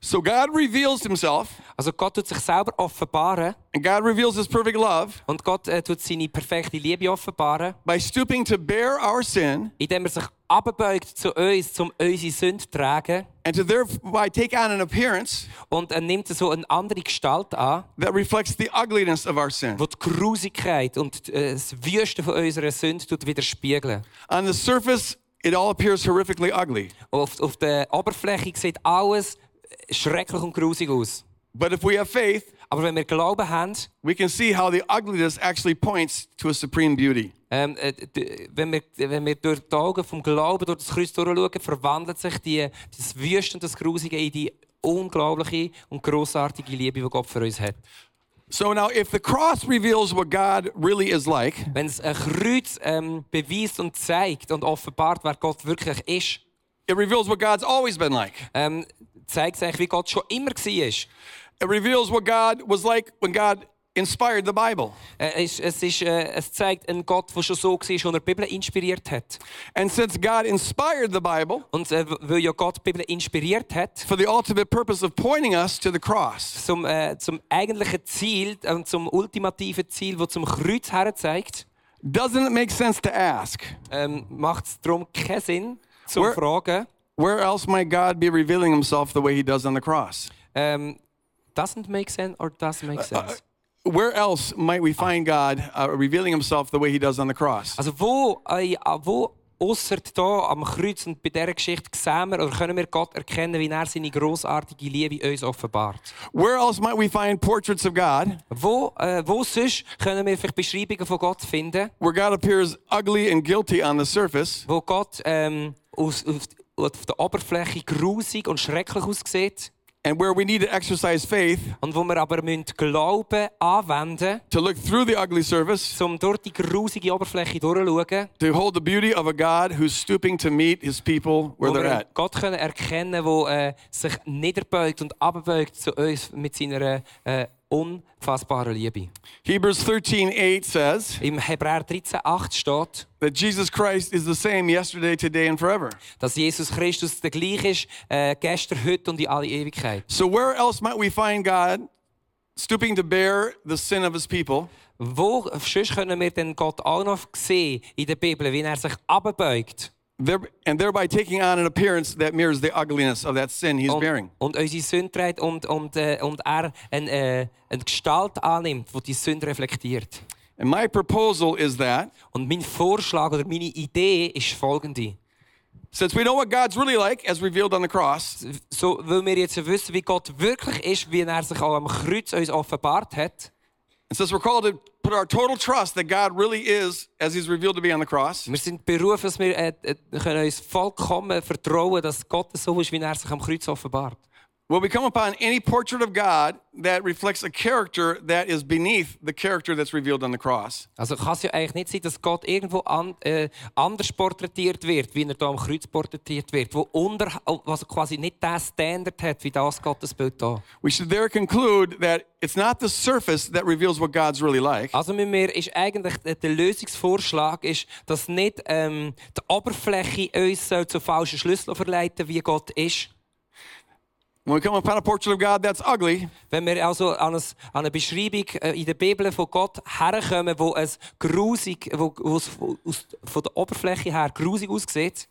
D: So God reveals himself
C: Also Gott tut sich selber offenbaren
D: and God reveals his perfect love
C: und Gott äh, tut seine perfekte Liebe offenbaren,
D: by stooping to bear our sin
C: indem er sich abbeugt zu uns, um unsere Sünde zu tragen
D: and to thereby take on an appearance
C: und er nimmt so eine andere Gestalt an,
D: that reflects the ugliness of our sin.
C: wo die Grusigkeit und äh, das Wüste von unserer Sünde tut widerspiegeln.
D: On the surface, it all appears horrifically ugly.
C: Auf, auf der Oberfläche sieht alles äh, schrecklich und grusig aus.
D: But if we have faith,
C: Aber wenn wir Glauben haben,
D: we can see how the ugliness actually points to a supreme beauty.
C: ähm, äh, d- wenn, wir, wenn wir durch die Augen vom Glauben, durch das Kreuz durchschauen, verwandelt sich die, das Wüste und das Grusige in die unglaubliche und großartige Liebe, die Gott für uns hat.
D: So now, if the cross reveals what God really is like,
C: Wenn es ein Kreuz ähm, beweist und zeigt und offenbart, wer Gott wirklich ist,
D: it reveals what God's always been like.
C: ähm, zeigt es eigentlich, wie Gott schon immer war.
D: It reveals what God was like when God inspired the Bible.
C: Äh, es, es, ist, äh, es zeigt einen Gott, der schon so war, schon er die Bibel inspiriert hat.
D: And since God inspired the Bible
C: Und äh, weil ja Gott die Bibel inspiriert hat,
D: for the ultimate purpose of pointing us to the cross,
C: zum, äh, zum eigentlichen Ziel und zum ultimativen Ziel, das zum Kreuz herzeigt,
D: doesn't it make sense to ask,
C: ähm, macht es darum keinen Sinn, zu
D: Where-
C: fragen,
D: where else might God be revealing himself the way he does on the cross?
C: ähm, doesn't make sense or does make sense?
D: Where else might we find God uh, revealing himself the way he does on the cross?
C: Also wo, äh, wo außer da am Kreuz und bei dieser Geschichte sehen wir oder können wir Gott erkennen, wie er seine großartige Liebe uns offenbart?
D: Where else might we find portraits of God
C: Wo, äh, wo sonst können wir vielleicht Beschreibungen von Gott finden,
D: where God appears ugly and guilty on the surface?
C: wo Gott ähm, aus, auf, auf der Oberfläche grusig und schrecklich aussieht
D: and where we need to exercise faith
C: und wo wir aber müssen Glauben anwenden
D: to look through the ugly surface
C: um durch die grusige Oberfläche durchzuschauen.
D: to hold the beauty of a God who's stooping to meet his people where
C: Wo
D: they're
C: wir
D: at.
C: Gott können erkennen wo äh, sich niederbeugt und abbeugt zu uns mit seiner äh, unfassbaren Liebe.
D: Hebrews 13:8 says
C: Im Hebräer 13,8 steht,
D: that Jesus Christ is the same yesterday, today, and forever.
C: dass Jesus Christus der gleiche ist, äh, gestern, heute und in alle Ewigkeit.
D: So where else might we find God stooping to bear the sin of his people
C: Wo sonst können wir denn Gott auch noch sehen in der Bibel, wie er sich abbeugt
D: there- and thereby taking on an appearance that mirrors the ugliness of that sin he's
C: und,
D: bearing?
C: und unsere Sünde trägt und, und, äh, und er eine, äh, eine Gestalt annimmt, die die Sünde reflektiert.
D: And my proposal is that
C: Und mein Vorschlag oder meine Idee ist folgende.
D: since we know what God's really like as revealed on the cross,
C: So, weil wir jetzt wissen, wie Gott wirklich ist, wie er sich auch am Kreuz uns offenbart hat,
D: And since we're called to put our total trust that God really is, as He's revealed to be on the cross,
C: Wir sind berufen, dass wir äh, äh, können uns vollkommen vertrauen dass Gott so ist, wie er sich am Kreuz offenbart.
D: will we come upon any portrait of God that reflects a character that is beneath the character that's revealed on the cross.
C: Also kann es ja eigentlich nicht sein, dass Gott irgendwo an, äh, anders porträtiert wird, wie er hier am Kreuz porträtiert wird, wo unter, also quasi nicht den Standard hat, wie das Gottesbild da.
D: We should there conclude that it's not the surface that reveals what God's really like,
C: Also mit mir ist eigentlich äh, der Lösungsvorschlag, ist, dass nicht ähm, die Oberfläche uns soll zu falschen Schlüsseln verleiten, wie Gott ist.
D: when we come upon a portrait of God that's ugly,
C: Wenn wir also an, ein, an eine Beschreibung äh, in der Bibel von Gott herkommen, wo es grusig, wo, wo es von- aus, von der Oberfläche her grusig aussieht,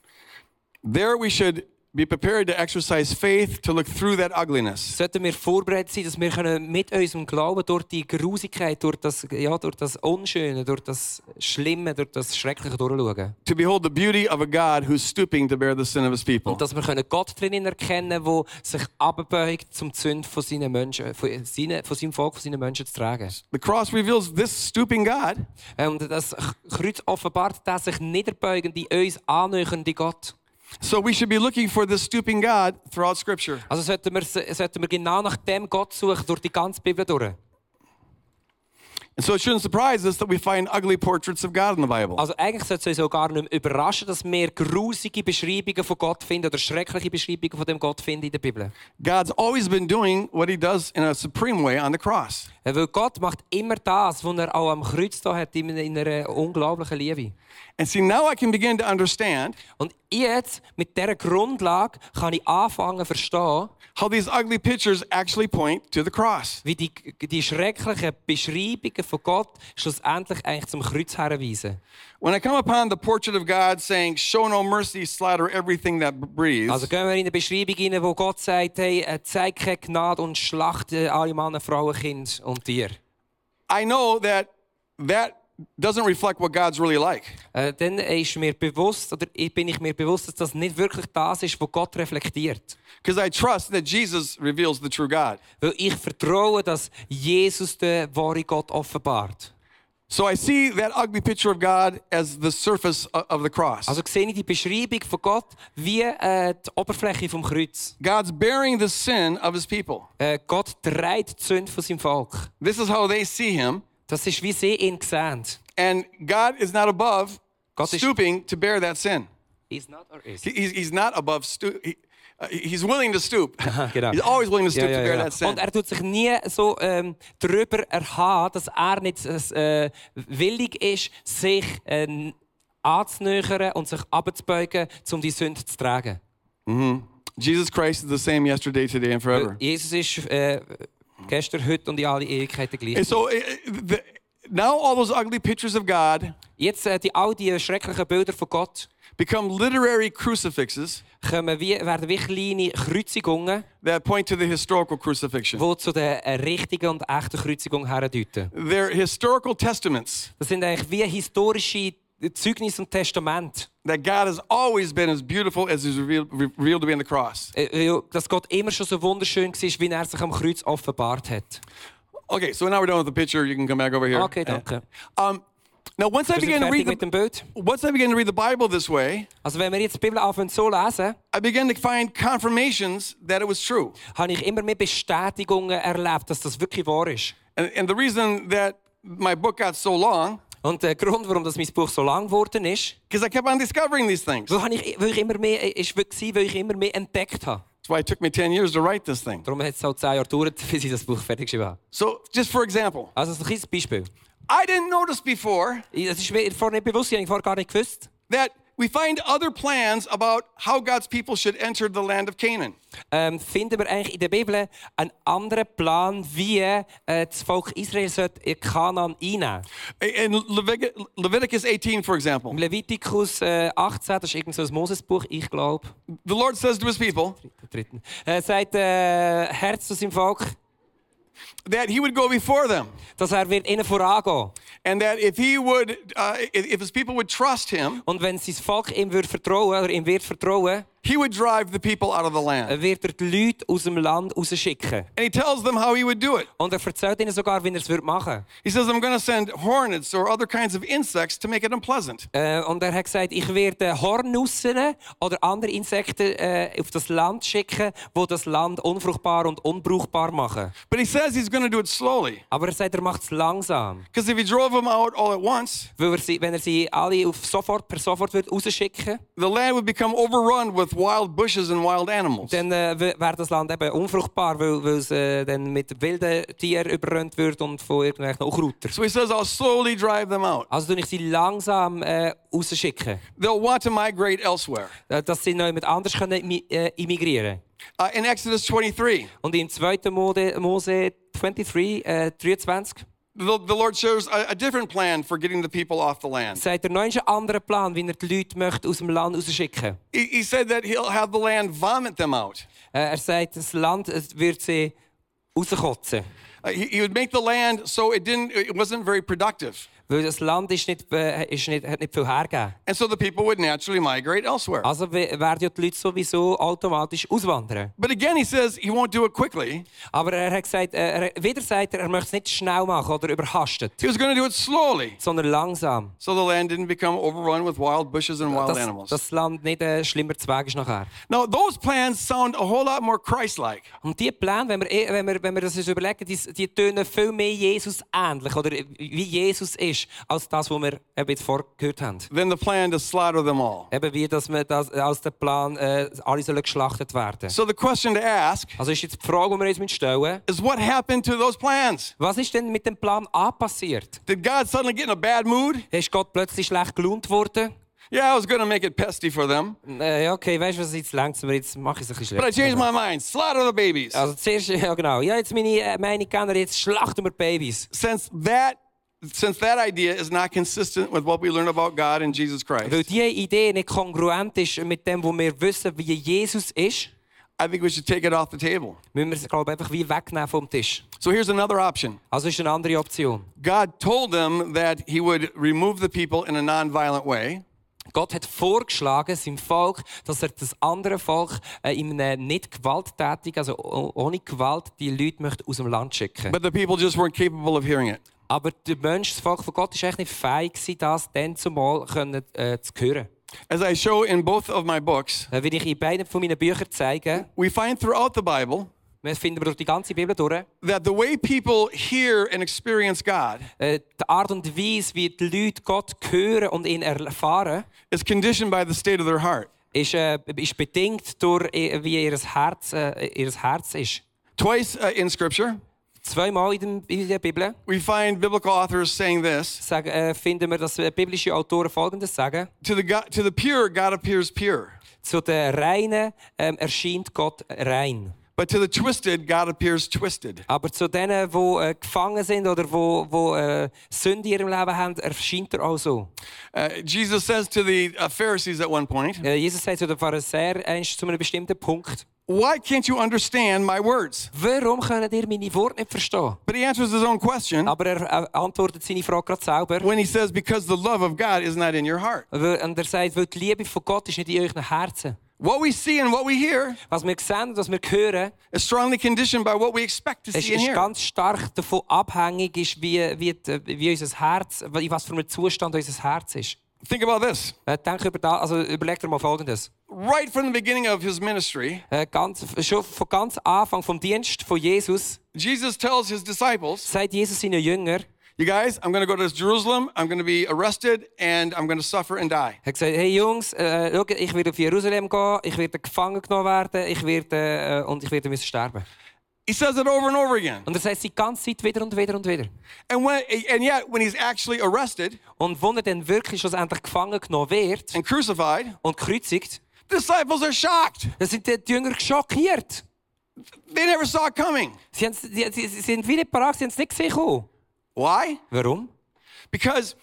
D: there we should Be prepared to exercise faith to look through that ugliness.
C: sollten wir vorbereitet sein, dass wir können mit unserem Glauben durch die Grusigkeit, durch das, ja, durch das Unschöne, durch das Schlimme, durch das Schreckliche durchschauen.
D: To behold the beauty of a God who's stooping to bear the sin of his people.
C: Und dass wir können Gott drinnen erkennen der sich abbeugt zum Zünd von seinen Menschen, von, seinen, von seinem Volk, von seinen Menschen zu tragen. Ähm,
D: The cross reveals this stooping God
C: Und das Kreuz offenbart den sich niederbeugende, uns annähernde Gott.
D: So we should be looking for this stooping God throughout Scripture.
C: Also sollten wir, sollten wir genau nach dem Gott suchen, durch die ganze Bibel durch.
D: And so it shouldn't surprise us that we find ugly portraits of God in the Bible.
C: Also eigentlich sollte es uns auch gar nicht mehr überraschen, dass wir grusige Beschreibungen von Gott finden oder schreckliche Beschreibungen von dem Gott finden in der Bibel.
D: God's always been doing what he does in a supreme way on the cross.
C: Ja, Weil Gott macht immer das, was er auch am Kreuz da hat, in in einer unglaublichen Liebe.
D: And see, now I can begin to understand
C: Und jetzt, mit dieser Grundlage, kann ich anfangen zu verstehen,
D: how these ugly pictures actually point to the cross.
C: wie die, die schrecklichen Beschreibungen von Gott schlussendlich eigentlich zum Kreuz herweisen.
D: When I come upon the portrait of God saying, Show no mercy, slaughter everything that breathes,
C: Also gehen wir in eine Beschreibung hinein, wo Gott sagt, hey, äh, zeig keine Gnade und schlachte alle Männer, Frauen, Kinder und Tiere.
D: I know that that doesn't reflect what God's really like.
C: Äh, dann ist mir bewusst, oder ich- bin ich mir bewusst, dass das nicht wirklich das ist, was Gott reflektiert.
D: Because I trust that Jesus reveals the true God.
C: Weil ich vertraue, dass Jesus den wahren Gott offenbart.
D: So I see that ugly picture of God as the surface o- of the cross.
C: Also sehe ich die Beschreibung von Gott wie äh, die Oberfläche vom Kreuz.
D: God's bearing the sin of his people.
C: Äh, Gott trägt die Sünde von seinem Volk.
D: This is how they see him.
C: Das ist, wie sie ihn sehen.
D: And God is not above
C: God is-
D: stooping to bear that sin.
C: Is not or is.
D: He- He's, he's not above stoop. He, uh, he's willing to stoop.
C: Genau.
D: He's always willing to
C: Ja,
D: stoop
C: ja,
D: to bear
C: ja.
D: that sin.
C: Und er tut sich nie so ähm, darüber erhaben, dass er nicht äh, willig ist, sich äh, anzunähern und sich abzubeugen, um die Sünde zu tragen.
D: Jesus Christ is the same yesterday, today, and forever.
C: Jesus ist äh, gestern, heute und in alle Ewigkeit der gleiche.
D: And so uh, uh, the, now all those ugly pictures of God
C: Jetzt äh, die, all die schrecklichen Bilder von Gott
D: become literary crucifixes
C: kommen wie, werden wie kleine Kreuzigungen,
D: that point to the historical crucifixion.
C: die zu der äh, richtigen und echten Kreuzigung herdeuten.
D: They're historical testaments
C: Das sind eigentlich wie historische eh, Zeugnisse und Testamente.
D: that God has always been as beautiful as is revealed, revealed to be on the cross.
C: Äh, weil, dass Gott immer schon so wunderschön war, wie er sich am Kreuz offenbart hat.
D: Okay, so now we're done with the picture. You can come back over here.
C: Okay, danke.
D: Um, now, once I
C: Wir sind
D: began to
C: fertig
D: read
C: mit
D: the,
C: dem Bild.
D: once I began to read the Bible this way,
C: Also wenn wir jetzt die Bibel anfangen so lesen,
D: I began to find confirmations that it was true.
C: habe ich immer mehr Bestätigungen erlebt, dass das wirklich wahr ist.
D: And, and the reason that my book got so long
C: Und der Grund, warum das mein Buch so lang geworden ist,
D: because I kept on discovering these things.
C: weil ich, weil ich immer mehr, äh, ist, war, weil ich immer mehr entdeckt habe.
D: That's why it took me 10 years to write this thing.
C: Darum hat es halt zehn Jahre gedauert, bis ich das Buch fertig geschrieben habe.
D: So, just for example,
C: Also das ist ein kleines Beispiel.
D: I didn't notice before
C: Ich- Das ist mir vorher nicht bewusst, ich habe vorher gar nicht gewusst.
D: that we find other plans about how God's people should enter the land of Canaan.
C: ähm, finden wir eigentlich in der Bibel einen anderen Plan, wie äh, das Volk Israel sollte in Kanaan einnehmen
D: In Levit- Leviticus 18, for
C: Im
D: example,
C: Levitikus äh, 18, das ist irgend so ein Mosesbuch, ich glaube,
D: the Lord says to his people
C: der dritten, äh, sagt äh, Herz zu seinem Volk,
D: that he would go before them.
C: dass er wird ihnen vorangehen
D: and that if he would, uh, if, if his people would trust him,
C: Und wenn sein Volk ihm wird vertrauen oder ihm wird vertrauen,
D: he would drive the people out of the
C: äh,
D: land.
C: wird er die Leute aus dem Land rausschicken.
D: And he tells them how he would do it.
C: Und er erzählt ihnen sogar, wie er es wird machen
D: He says, I'm going to send hornets or other kinds of insects to make it unpleasant.
C: Äh, und er hat gesagt, ich werde Hornussen oder andere Insekten äh, auf das Land schicken, wo das Land unfruchtbar und unbrauchbar machen.
D: But he says he's going to do it slowly.
C: Aber er sagt, er macht es langsam.
D: Because if he drove them out all at once,
C: Weil er sie, wenn er sie alle auf sofort, per sofort wird rausschicken
D: the land would become overrun with wild bushes and wild animals.
C: dann äh, w- wäre das Land eben unfruchtbar, weil, weil es äh, dann mit wilden Tieren überrannt wird und von irgendwelchen Unkrautern.
D: So he says, I'll slowly drive them out.
C: Also tun ich sie langsam äh, rausschicken,
D: They'll want to migrate elsewhere.
C: äh, dass sie noch jemand anders können, mi- äh, immigrieren
D: Uh, in Exodus 23,
C: Und im 2. Mode, Mose 23, äh, 23
D: the, the Lord shows a, a different plan for getting the people off the land.
C: Sagt er noch einen anderen Plan, wie er die Leute möchte aus dem Land rausschicken
D: He, he said that he'll have the land vomit them out.
C: Äh, Er sagt, das Land es wird sie rauskotzen.
D: Uh, he, he would make the land so it didn't it wasn't very productive.
C: Weil das Land ist nicht, äh, ist nicht, hat nicht viel hergegeben.
D: And so the people would naturally migrate elsewhere.
C: Also we- werden ja die Leute sowieso automatisch auswandern.
D: But again, he says he won't do it quickly.
C: Aber er hat gesagt, äh, er, wieder sagt er, er möchte es nicht schnell machen oder überhastet,
D: He was going to do it slowly.
C: sondern langsam.
D: So the land didn't become overrun with wild bushes and wild
C: Dass
D: animals.
C: das Land nicht ein schlimmer Zweig ist nachher.
D: Now, those plans sound a whole lot more Christ like.
C: Und die Pläne, wenn wir, eh- wenn wir, wenn wir das uns überlegen, die, die tönen viel mehr Jesus ähnlich oder wie Jesus ist, als das, was wir eben jetzt vorgehört haben.
D: than the plan to slaughter them all.
C: Eben wie, dass wir das, als der Plan, äh, alle sollen geschlachtet werden.
D: So the question to ask
C: Also ist jetzt die Frage, die wir uns stellen müssen,
D: is what happened to those plans?
C: was ist denn mit dem Plan A passiert?
D: Did God suddenly get in a bad mood?
C: Ist Gott plötzlich schlecht gelaunt worden?
D: Yeah, I was going to make it pesty for them,
C: Äh, ja, okay, weißt du was, jetzt längst mir, jetzt mache ich es ein bisschen
D: but I
C: schlecht.
D: changed my mind. Slaughter the babies.
C: Also zuerst, ja genau, ja jetzt meine äh, Meinung ändern, jetzt schlachten wir die Babys.
D: Since that since that idea is not consistent with what we learn about God and Jesus
C: Weil
D: Christ,
C: diese Idee nicht kongruent ist mit dem, was wir wissen, wie Jesus ist,
D: I think we should take it off the table.
C: müssen wir es, glaube ich, einfach wie wegnehmen vom Tisch.
D: So here's another option.
C: Also ist eine andere Option.
D: God told them that he would remove the people in a nonviolent way.
C: Gott hat vorgeschlagen seinem Volk, dass er das dus andere Volk äh, in einem nicht gewalttätigen, also o- ohne Gewalt, die Leute möchte aus dem Land schicken.
D: But the people just weren't capable of hearing it.
C: Aber der Mensch, das Volk von Gott, ist eigentlich nicht fähig gewesen, das dann zumal können, äh, zu hören.
D: As I show in both of my books,
C: Äh, Wenn ich in beiden von meinen Büchern zeige,
D: we find throughout the Bible
C: das finden wir durch die ganze Bibel durch,
D: that the way people hear and experience God
C: äh, die Art und Weise, wie die Leute Gott hören und ihn erfahren,
D: is conditioned by the state of their heart.
C: ist, äh, ist bedingt durch, äh, wie ihr Herz, äh, ihr Herz ist.
D: Twice uh, in Scripture,
C: Zweimal in, dem, in der Bibel
D: we find biblical authors saying this
C: sagen, äh, finden wir, dass äh, biblische Autoren Folgendes sagen.
D: to the, God, to the pure, God appears pure,
C: Zu den Reinen ähm, erscheint Gott rein.
D: but to the twisted, God appears twisted.
C: Aber zu denen, die äh, gefangen sind oder wo, wo äh, Sünde in ihrem Leben haben, erscheint er auch so.
D: Uh, Jesus says to the uh, Pharisees at one point,
C: Äh, Jesus sagt zu den Pharisäern einst zu einem bestimmten Punkt,
D: Why can't you understand my words?
C: warum könnt ihr meine Worte nicht verstehen?
D: But he answers his own question
C: Aber er äh, antwortet seine Frage gerade selber.
D: when he says, Because the love of God is not in your heart.
C: Weil- Und er sagt, weil die Liebe von Gott ist nicht in euren Herzen.
D: What we see and what we hear
C: Was wir sehen und was wir hören,
D: is strongly conditioned by what we expect to
C: ist,
D: see and
C: ist
D: hear.
C: ganz stark davon abhängig, ist, wie, wie, die- wie unser Herz, in was für einem Zustand unser Herz ist.
D: Think about this.
C: Äh, Denk über das, also überleg dir mal Folgendes.
D: Right from the beginning of his ministry,
C: Äh, Ganz, schon von ganz Anfang vom Dienst von Jesus
D: Jesus tells his disciples,
C: sagt Jesus seinen Jüngern,
D: You guys, I'm going to go to Jerusalem, I'm going to be arrested, and I'm going to suffer and die.
C: Er hat gesagt, hey Jungs, äh, schau, ich werde auf Jerusalem gehen, ich werde gefangen genommen werden, ich werde, äh, und ich werde müssen sterben.
D: He says it over and over again.
C: Und er sagt es die ganze Zeit wieder und wieder und wieder.
D: And, when, and yet, when he's actually arrested
C: Und wenn er dann wirklich schlussendlich gefangen genommen wird
D: and crucified,
C: und gekreuzigt,
D: disciples are shocked.
C: dann sind die Jünger schockiert.
D: They never saw it coming.
C: Sie, haben's- die- sie, sie sind wie nicht parat, sie haben es nicht gesehen. kommen.
D: Why?
C: Warum?
D: Because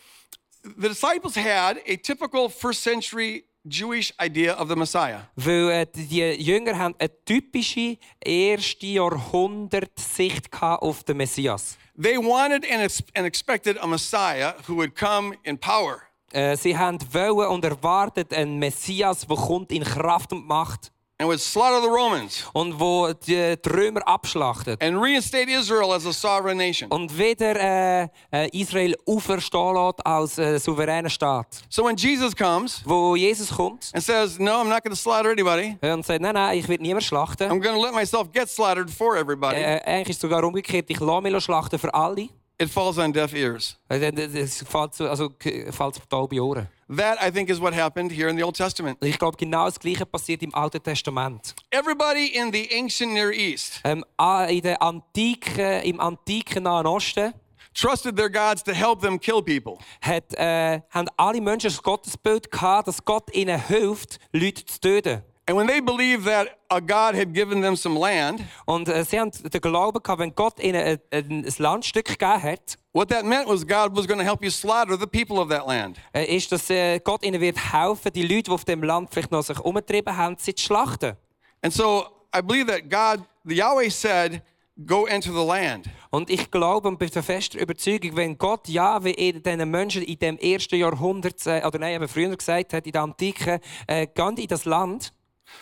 D: the disciples had a typical first century Jewish idea of the Messiah.
C: Weil äh, die die Jünger haben eine typische erste Jahrhundert-Sicht gehabt auf den Messias.
D: They wanted and, ex- and expected a Messiah who would come in power,
C: Äh, sie haben wollen und erwartet einen Messias, der kommt in Kraft und Macht
D: and would slaughter the Romans
C: und wo die, die Römer abschlachtet
D: and reinstate Israel as a sovereign nation.
C: und wieder äh, äh, Israel auferstehen lässt als äh, souveräner Staat.
D: So when Jesus comes,
C: Wo Jesus kommt
D: and says, No, I'm not going to slaughter anybody.
C: äh, und sagt, nein, nein, ich werde niemand
D: I'm
C: schlachten.
D: going to let myself get slaughtered for everybody.
C: Äh, eigentlich ist es sogar umgekehrt, ich lasse mich schlachten für alle.
D: It falls on deaf ears.
C: Äh, dann- dann- Das fällt, so- also, k- fällt total bei Ohren.
D: That, I think, is what happened here in the Old Testament.
C: Ich glaube, genau das Gleiche passiert im Alten Testament.
D: Everybody in the ancient Near East
C: Ähm, a- in der antiken, Im antiken Nahen Osten
D: trusted their gods to help them kill people.
C: hat, äh, haben alle Menschen das Gottesbild gehabt, dass Gott ihnen hilft, Leute zu töten.
D: And when they believed that a God had given them some land,
C: Und äh, sie haben den Glauben gehabt, wenn Gott ihnen ein, ein, ein Landstück gegeben hat,
D: what that meant was God was going to help you slaughter the people of that land.
C: äh, ist, dass äh, Gott ihnen wird helfen, die Leute, die auf dem Land vielleicht noch sich umgetrieben haben, sie zu schlachten.
D: And so I believe that God, the Yahweh said, go enter the land.
C: Und ich glaube und bin der festen Überzeugung, wenn Gott ja, wie er diesen Menschen in dem ersten Jahrhundert, äh, oder nein, eben früher gesagt hat, in der Antike, äh, geht in das Land,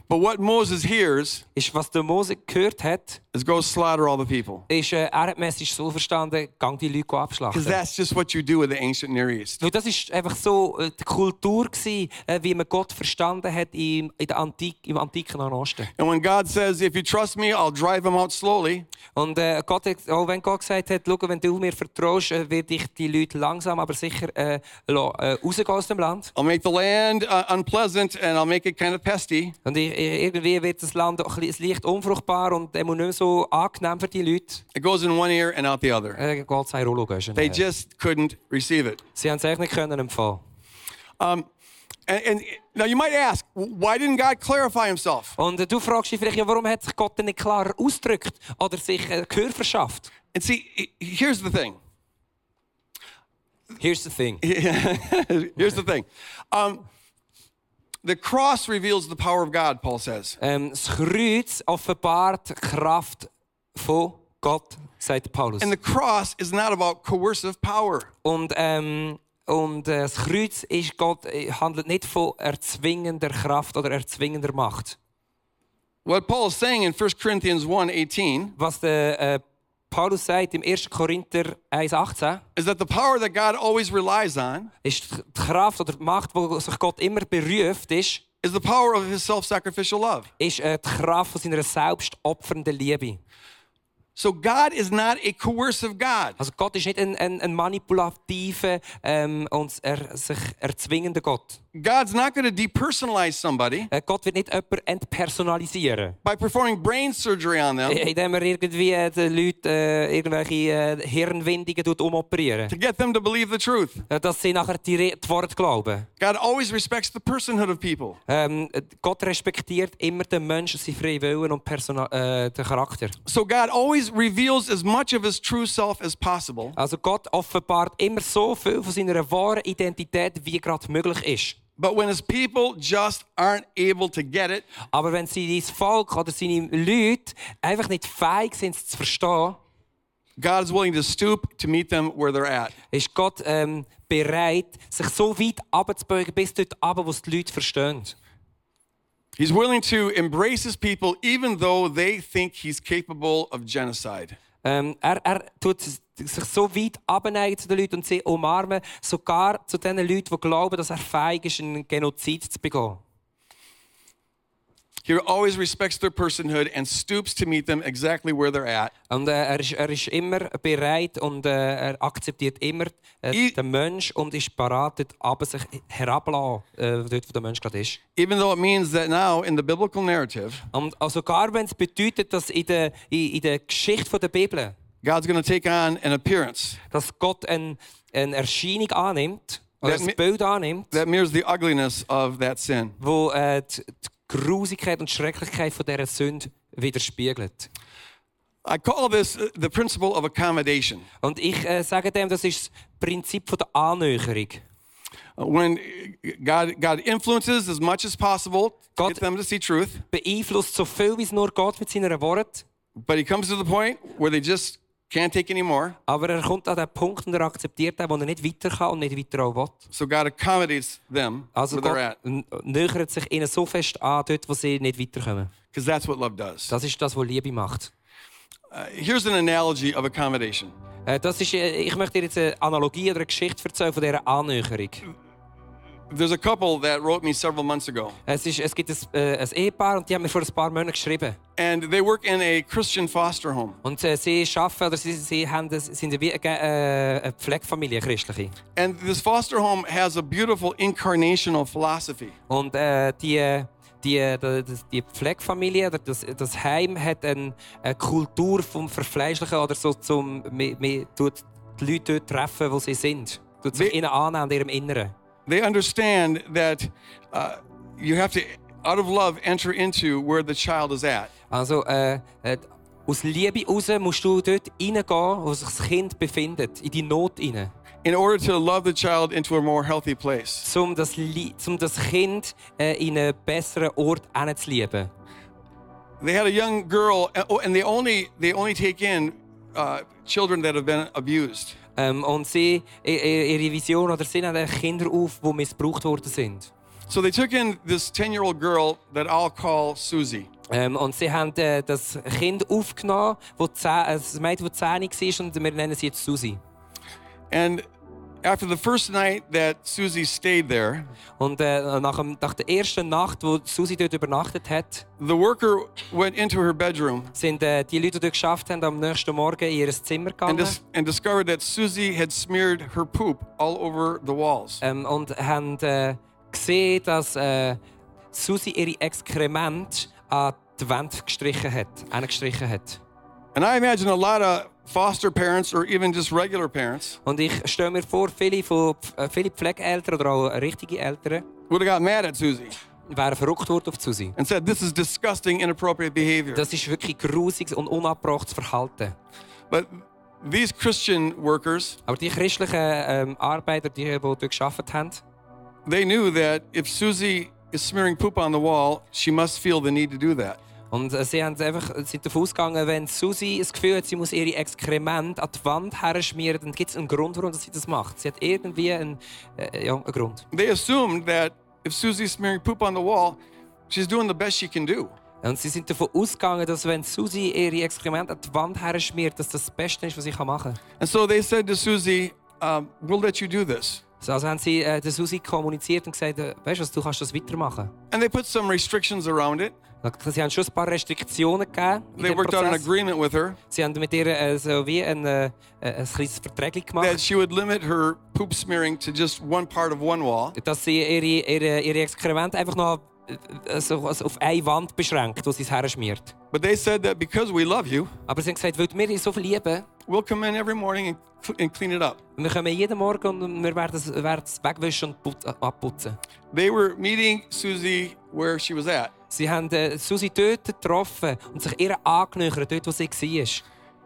D: But what Moses hears
C: ist, was der Mose gehört hat,
D: is go slaughter all the people.
C: ist, äh, er hat die Message so verstanden, gang die Leute
D: Because
C: abschlachten.
D: that's just what you do with the ancient Near East.
C: Weil das ist einfach so äh, die Kultur gewesen, äh, wie man Gott verstanden hat im, in der Antik, im antiken Nahen Osten.
D: And when God says, if you trust me, I'll drive them out slowly,
C: Und äh, Gott hat, auch wenn Gott gesagt hat, schau, wenn du mir vertraust, äh, werde ich die Leute langsam, aber sicher äh, la- äh, rausgehen aus dem Land.
D: I'll make the land uh, unpleasant and I'll make it kind of pesty.
C: Und ich, ich, irgendwie wird das Land auch ein bisschen- leicht unfruchtbar und eben nicht mehr so angenehm für die Leute.
D: It goes in one ear and out the other.
C: Äh, Gott sei Rollo gehen.
D: They just couldn't receive it.
C: Sie haben es echt nicht können empfangen.
D: And, and now you might ask, why didn't God clarify himself?
C: Und äh, du fragst dich vielleicht, ja, warum hat sich Gott denn nicht klarer ausgedrückt oder sich äh, Gehör verschafft?
D: And see, he- here's the thing.
C: Here's the thing.
D: Here's the thing. Um, the cross reveals the power of God, Paul says.
C: Ähm, das Kreuz offenbart die Kraft von Gott, sagt Paulus.
D: And the cross is not about coercive power.
C: Und, ähm, und äh, das Kreuz ist Gott, äh, handelt nicht von erzwingender Kraft oder erzwingender Macht.
D: What Paul is saying in 1 Corinthians 1 18
C: Was der, äh, Paulus sagt im 1. Korinther 1,18,
D: is that the power that God always relies on
C: ist die Kraft oder die Macht, die sich Gott immer beruft, ist,
D: is the power of his self sacrificial love.
C: ist äh, die Kraft von seiner selbst opfernden Liebe.
D: So God is not a coercive God.
C: Also Gott ist nicht ein, ein, ein manipulativer ähm, und er, sich erzwingender Gott.
D: God's not going to depersonalize somebody
C: Äh, Gott wird nicht jemanden entpersonalisieren.
D: by performing brain surgery on them
C: Indem er irgendwie äh, den Leuten äh, irgendwelche äh, Hirnwindungen tut umoperieren.
D: to get them to believe the truth.
C: Äh, Dass sie nachher die, Re- die Worte glauben.
D: God always respects the personhood of people.
C: Ähm, äh, Gott respektiert immer den Menschen, seinen freien Willen und Persona äh, den Charakter.
D: So God always reveals as much of his true self as possible,
C: Also Gott offenbart immer so viel von seiner wahren Identität, wie gerade möglich ist.
D: but when his people just aren't able to get it,
C: Aber wenn sein Volk oder seine Leute einfach nicht fähig sind, es zu verstehen,
D: God is willing to stoop to meet them where they're at.
C: ist Gott ähm, bereit, sich so weit abzubeugen, bis dort runter, wo es die Leute verstehen.
D: He's willing to embrace his people even though they think he's capable of genocide.
C: Ähm, er, er tut sich so weit abneigen zu den Leuten und sie umarmen, sogar zu den Leuten, die glauben, dass er fähig ist, einen Genozid zu begehen.
D: He always respects their personhood and stoops to meet them exactly where they're at,
C: Und äh, er, ist, er ist immer bereit und äh, er akzeptiert immer äh,
D: Ich-
C: den Menschen und ist bereit, dort runter, sich herabzulassen, äh, dort, wo der Mensch gerade ist.
D: even though it means that now in the biblical narrative,
C: Und auch sogar wenn es bedeutet, dass in der, in, in der Geschichte von der Bibel,
D: God's going to take on an appearance
C: dass Gott ein, eine Erscheinung annimmt, oder
D: That mi-
C: ein Bild annimmt,
D: that mirrors the ugliness of that sin.
C: wo äh, die, die Grusigkeit und Schrecklichkeit von dieser Sünde widerspiegelt.
D: I call this uh, the principle of accommodation.
C: Und ich äh, sage dem, das ist das Prinzip von der Annäherung.
D: Uh, When uh, God, God influences as much as possible to
C: God-
D: get them to see truth,
C: Beeinflusst so viel, wie es nur geht mit seinen Worten,
D: but he comes to the point where they just can't take anymore.
C: aber er kommt an den Punkt und er akzeptiert den, wo er nicht weiter kann und nicht weiter auch will.
D: So God accommodates them
C: Also
D: where they're
C: Gott
D: at
C: n- nähert sich ihnen so fest an, dort, wo sie nicht weiterkommen.
D: because that's what love does.
C: Das ist das, was Liebe macht.
D: Uh, here's an analogy of accommodation.
C: Äh, das ist, äh, ich möchte dir jetzt eine Analogie oder eine Geschichte erzählen von dieser Annäherung.
D: There's a couple that wrote me several months ago,
C: Es, ist, es gibt ein, äh, ein Ehepaar und die haben mir vor ein paar Monaten geschrieben.
D: and they work in a Christian foster home.
C: Und äh, sie arbeiten, oder sie, sie haben, das- sind wie eine, äh, eine Pflegefamilie, eine christliche.
D: And this foster home has a beautiful incarnational philosophy.
C: Und äh, die, die, die, das- die Pflegefamilie, oder das, das Heim, hat eine, eine Kultur vom Verfleischlichen oder so, zum, man, man tut die Leute dort treffen, wo sie sind. Tut sich
D: Wie-
C: ihnen annehmen, in ihrem Inneren.
D: They understand that uh, you have to out of love, enter into where the child is at.
C: Also, äh, äh, aus Liebe raus musst du dort hineingehen, wo sich das Kind befindet, in die Not hinein.
D: In order to love the child into a more healthy place.
C: Um das, Li- zum das Kind äh, in einen besseren Ort hineinzulieben.
D: They had a young girl, and- oh, and they only they only take in uh, children that have been abused.
C: Ähm, und sie, i- i- ihre Vision oder sie nehmen Kinder auf, die missbraucht worden sind.
D: So they took in this 10 year old girl that I'll call Susie.
C: Ähm, und sie haben äh, das Kind aufgenommen, wo zehn, äh, das Mädchen, das 10 war, und wir nennen sie jetzt Susi.
D: And after the first night that Susie stayed there,
C: Und äh, nach, dem, nach der ersten Nacht, wo Susi dort übernachtet hat,
D: the worker went into her bedroom
C: sind äh, die Leute, die dort geschafft haben, am nächsten Morgen in ihr Zimmer
D: and,
C: gegangen
D: dis- and discovered that Susie had smeared her poop all over the walls.
C: ähm, und haben äh, gesehen, dass äh, Susi ihre Exkremente an die Wand gestrichen hat, angestrichen hat.
D: And I imagine a lot of foster parents or even just regular parents
C: Und ich stelle mir vor, viele, von, äh, viele Pflegeeltern oder auch richtige Eltern
D: would have got mad at Susie
C: wären verrückt worden auf Susi.
D: and said, This is disgusting, inappropriate behavior.
C: Das ist wirklich grusiges und unabbrachtes Verhalten.
D: But these Christian workers,
C: Aber die christlichen ähm, Arbeiter, die, die dort gearbeitet haben,
D: they knew that if Susie is smearing poop on the wall, she must feel the need to do that.
C: Und äh, sie haben einfach, sind davon ausgegangen, wenn Susi das Gefühl hat, sie muss ihre Exkremente an die Wand herschmieren, dann gibt es einen Grund, warum sie das macht. Sie hat irgendwie einen, äh, ja, einen Grund.
D: They assumed that if Susie's smearing poop on the wall, she's doing the best she can do.
C: Und sie sind davon ausgegangen, dass wenn Susi ihre Exkremente an die Wand herschmiert, dass das das Beste ist, was sie machen kann.
D: And so they said to Susie, um, We'll let you do this.
C: So, Also haben sie äh, der Susi kommuniziert und gesagt, äh, weißt du was, du kannst das weitermachen.
D: And they put some restrictions around it.
C: Sie haben schon ein paar Restriktionen gegeben. in
D: They
C: dem
D: worked out an
C: Prozess.
D: agreement with her
C: Sie haben mit ihr äh, so wie ein, äh, äh, ein kleines Verträglich gemacht.
D: that she would limit her poop smearing to just one part of one wall.
C: dass sie ihre, ihre, ihre Exkremente einfach noch äh, so also auf eine Wand beschränkt, wo sie es herschmiert.
D: But they said that because we love you,
C: Aber sie haben gesagt, weil wir uns so viel lieben,
D: we'll come in every morning and, cl- and clean it up.
C: wir kommen jeden Morgen und wir werden es, werden es wegwischen und put, äh, abputzen.
D: They were meeting Susie where she was at,
C: Sie haben äh, Susi dort getroffen und sich ihr angenähert, dort wo sie war.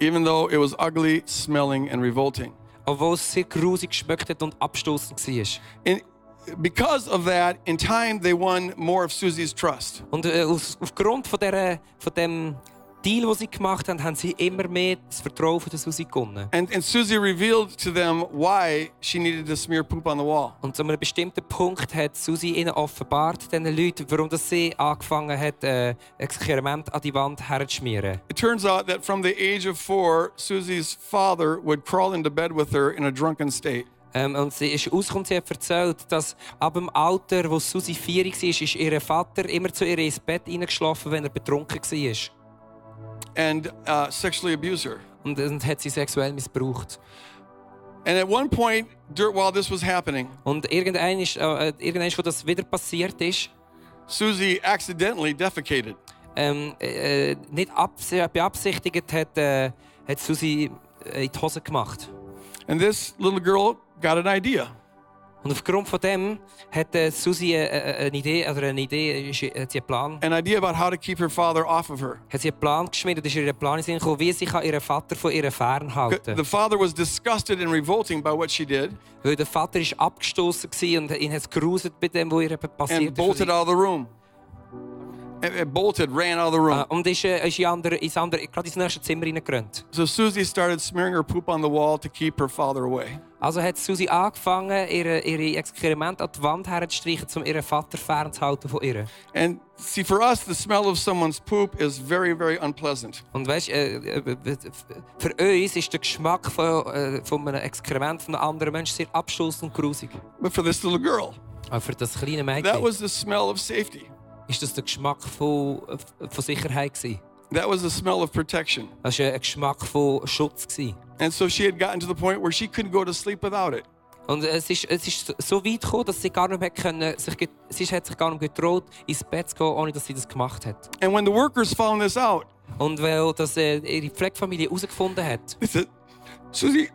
D: even though it was ugly, smelling, and revolting.
C: Obwohl es sehr grusig geschmeckt hat und abstoßend war.
D: And because of that, in time, they won more of Susie's trust.
C: Und äh, aus, aufgrund von, dieser, von dem Deal, den sie gemacht haben, haben sie immer mehr das Vertrauen von der Susi gewonnen.
D: And, and Susie revealed to them why she needed to smear poop on the wall.
C: Und zu einem bestimmten Punkt hat Susi ihnen offenbart, diesen Leuten, warum dass sie angefangen hat, äh, Experiment an die Wand herzuschmieren.
D: It turns out that from the age of four, Susie's father would crawl into bed with her in a drunken state.
C: Ähm, und sie ist ausgekommen, sie hat erzählt, dass ab dem Alter, wo Susi vier war, ist ihr Vater immer zu ihr ins Bett reingeschlafen, wenn er betrunken war.
D: and uh, sexually abuse her.
C: Und, äh, und hat sie sexuell missbraucht.
D: And at one point, dur- while this was happening,
C: Und irgendwann, ist, äh, äh, irgendwann, wo das wieder passiert ist,
D: Susie accidentally defecated.
C: ähm, äh, äh, nicht abs- beabsichtigt hat, äh, hat Susi äh, in die Hose gemacht.
D: And this little girl got an idea.
C: Und aufgrund von dem hat äh, Susi äh, äh, eine Idee, oder eine Idee, ist, äh, hat sie einen Plan,
D: An idea about how to keep her father off of her.
C: hat sie einen Plan geschmiedet, ist ihr ein Plan in den Sinn gekommen, wie sie kann ihren Vater von ihr
D: C-
C: fernhalten
D: The father was disgusted and revolting by what she did
C: Weil der Vater ist abgestoßen gewesen und ihn hat es geruset bei dem, was ihr
D: and
C: passiert
D: bolted out of the room. And- and bolted, ran out of the room.
C: Ah, Und ist, äh, ist in andere, ins andere, gerade ins nächste Zimmer reingerannt.
D: So Susie started smearing her poop on the wall to keep her father away.
C: Also hat Susi angefangen, ihre, ihre Exkremente an die Wand herzustreichen, um ihren Vater fernzuhalten von ihr.
D: And see, for us, the smell of someone's poop is very, very unpleasant.
C: Und weißt, äh, äh, äh, für uns ist der Geschmack von, äh, von einem Exkrement von einem anderen Menschen sehr abstoßend und grusig.
D: But for this little girl,
C: Aber für das kleine
D: that
C: Mädchen
D: was the smell of safety.
C: ist das der Geschmack von, von Sicherheit gewesen.
D: That was the smell of protection.
C: Das war ein Geschmack von Schutz gewesen.
D: And so she had gotten to the point where she couldn't go to sleep without it.
C: Und es ist, es ist so weit gekommen, dass sie gar nicht mehr können, sich, get- sie hat sich gar nicht getraut, ins Bett zu gehen, ohne dass sie das gemacht hat.
D: And when the workers found this out,
C: Und weil das äh, ihre Pflegefamilie herausgefunden hat,
D: they said, Susie,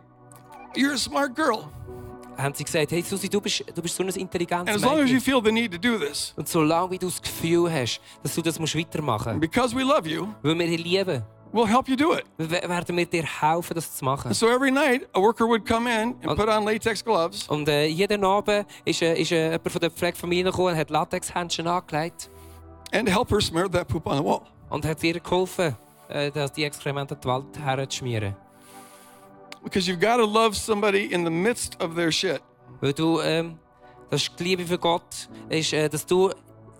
D: you're a smart girl.
C: haben sie gesagt, hey Susi, du bist, du bist so ein intelligentes
D: And as long as
C: Mädchen.
D: you feel the need to do this,
C: Und solange wie du das Gefühl hast, dass du das musst weitermachen musst,
D: because we love you,
C: weil wir dich lieben,
D: we'll help you do it.
C: we- werden wir dir helfen, das zu machen.
D: And so every night, a worker would come in and put on latex gloves,
C: Und äh, jeden Abend ist, äh, ist äh, jemand von der Pflegefamilie gekommen und hat Latexhändchen angelegt
D: and help her smear that poop on the wall.
C: und hat ihr geholfen, äh, dass die Exkremente die Wald herzuschmieren.
D: Because you've got to love somebody in the midst of their shit.
C: Weil du, ähm, das ist die Liebe für Gott, ist, äh, dass du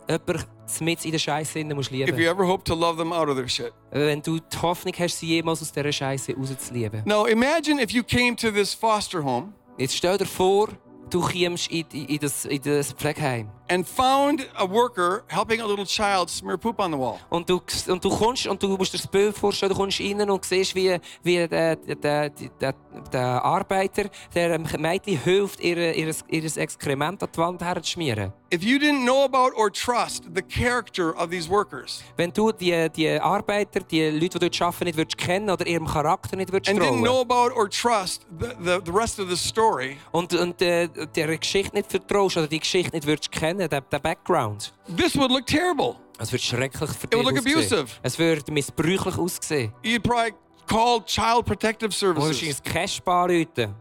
C: jemanden mit in der Scheiße hinein musst lieben
D: If you ever hope to love them out of their shit.
C: Wenn du die Hoffnung hast, sie jemals aus dieser Scheiße rauszulieben.
D: Now imagine if you came to this foster home
C: Jetzt stell dir vor, du kommst in, in, in, das, in das Pflegeheim.
D: and found a worker helping a little child smear poop on the wall.
C: Und du, und du kommst und du musst dir das Bild vorstellen, du kommst rein und siehst, wie, wie der, der, der, der Arbeiter der dem Mädchen hilft, ihr, ihr, ihr Exkrement an die Wand herzuschmieren.
D: If you didn't know about or trust the character of these workers
C: Wenn du die, die Arbeiter, die Leute, die dort arbeiten, nicht würdest kennen oder ihrem Charakter nicht würdest
D: and didn't know
C: trauen
D: about or trust the, the, the rest of the story,
C: und, und äh, der Geschichte nicht vertraust oder die Geschichte nicht würdest kennen, den, den Background,
D: this would look terrible.
C: es wird schrecklich für
D: would
C: dich
D: look
C: aussehen.
D: abusive.
C: Es wird missbräuchlich aussehen.
D: You'd probably call Child Protective
C: Du musst
D: Services.
C: wahrscheinlich kein Spar anrufen.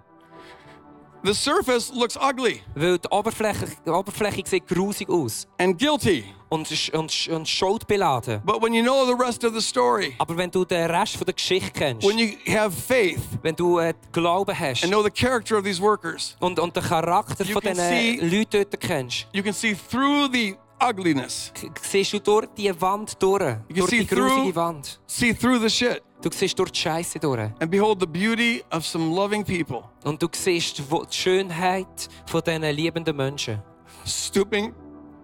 D: The surface looks ugly
C: Weil die Oberfläche, die Oberfläche sieht grusig aus.
D: and guilty,
C: und, sch- und, sch- und schuldbeladen.
D: but when you know the rest of the story,
C: Aber wenn du den Rest von der Geschichte kennst,
D: when you have faith
C: wenn du äh, Glauben hast
D: and know the character of these workers,
C: und, und den Charakter
D: You
C: von
D: can
C: diesen
D: see-
C: Leuten dort kennst,
D: you can see through the ugliness,
C: k- siehst du durch die Wand durch, durch
D: see
C: die grusige
D: through-
C: Wand.
D: see through the shit,
C: Du siehst durch die Scheiße durch.
D: and behold the beauty of some loving people
C: Und du siehst wo- die Schönheit von diesen liebenden Menschen.
D: stooping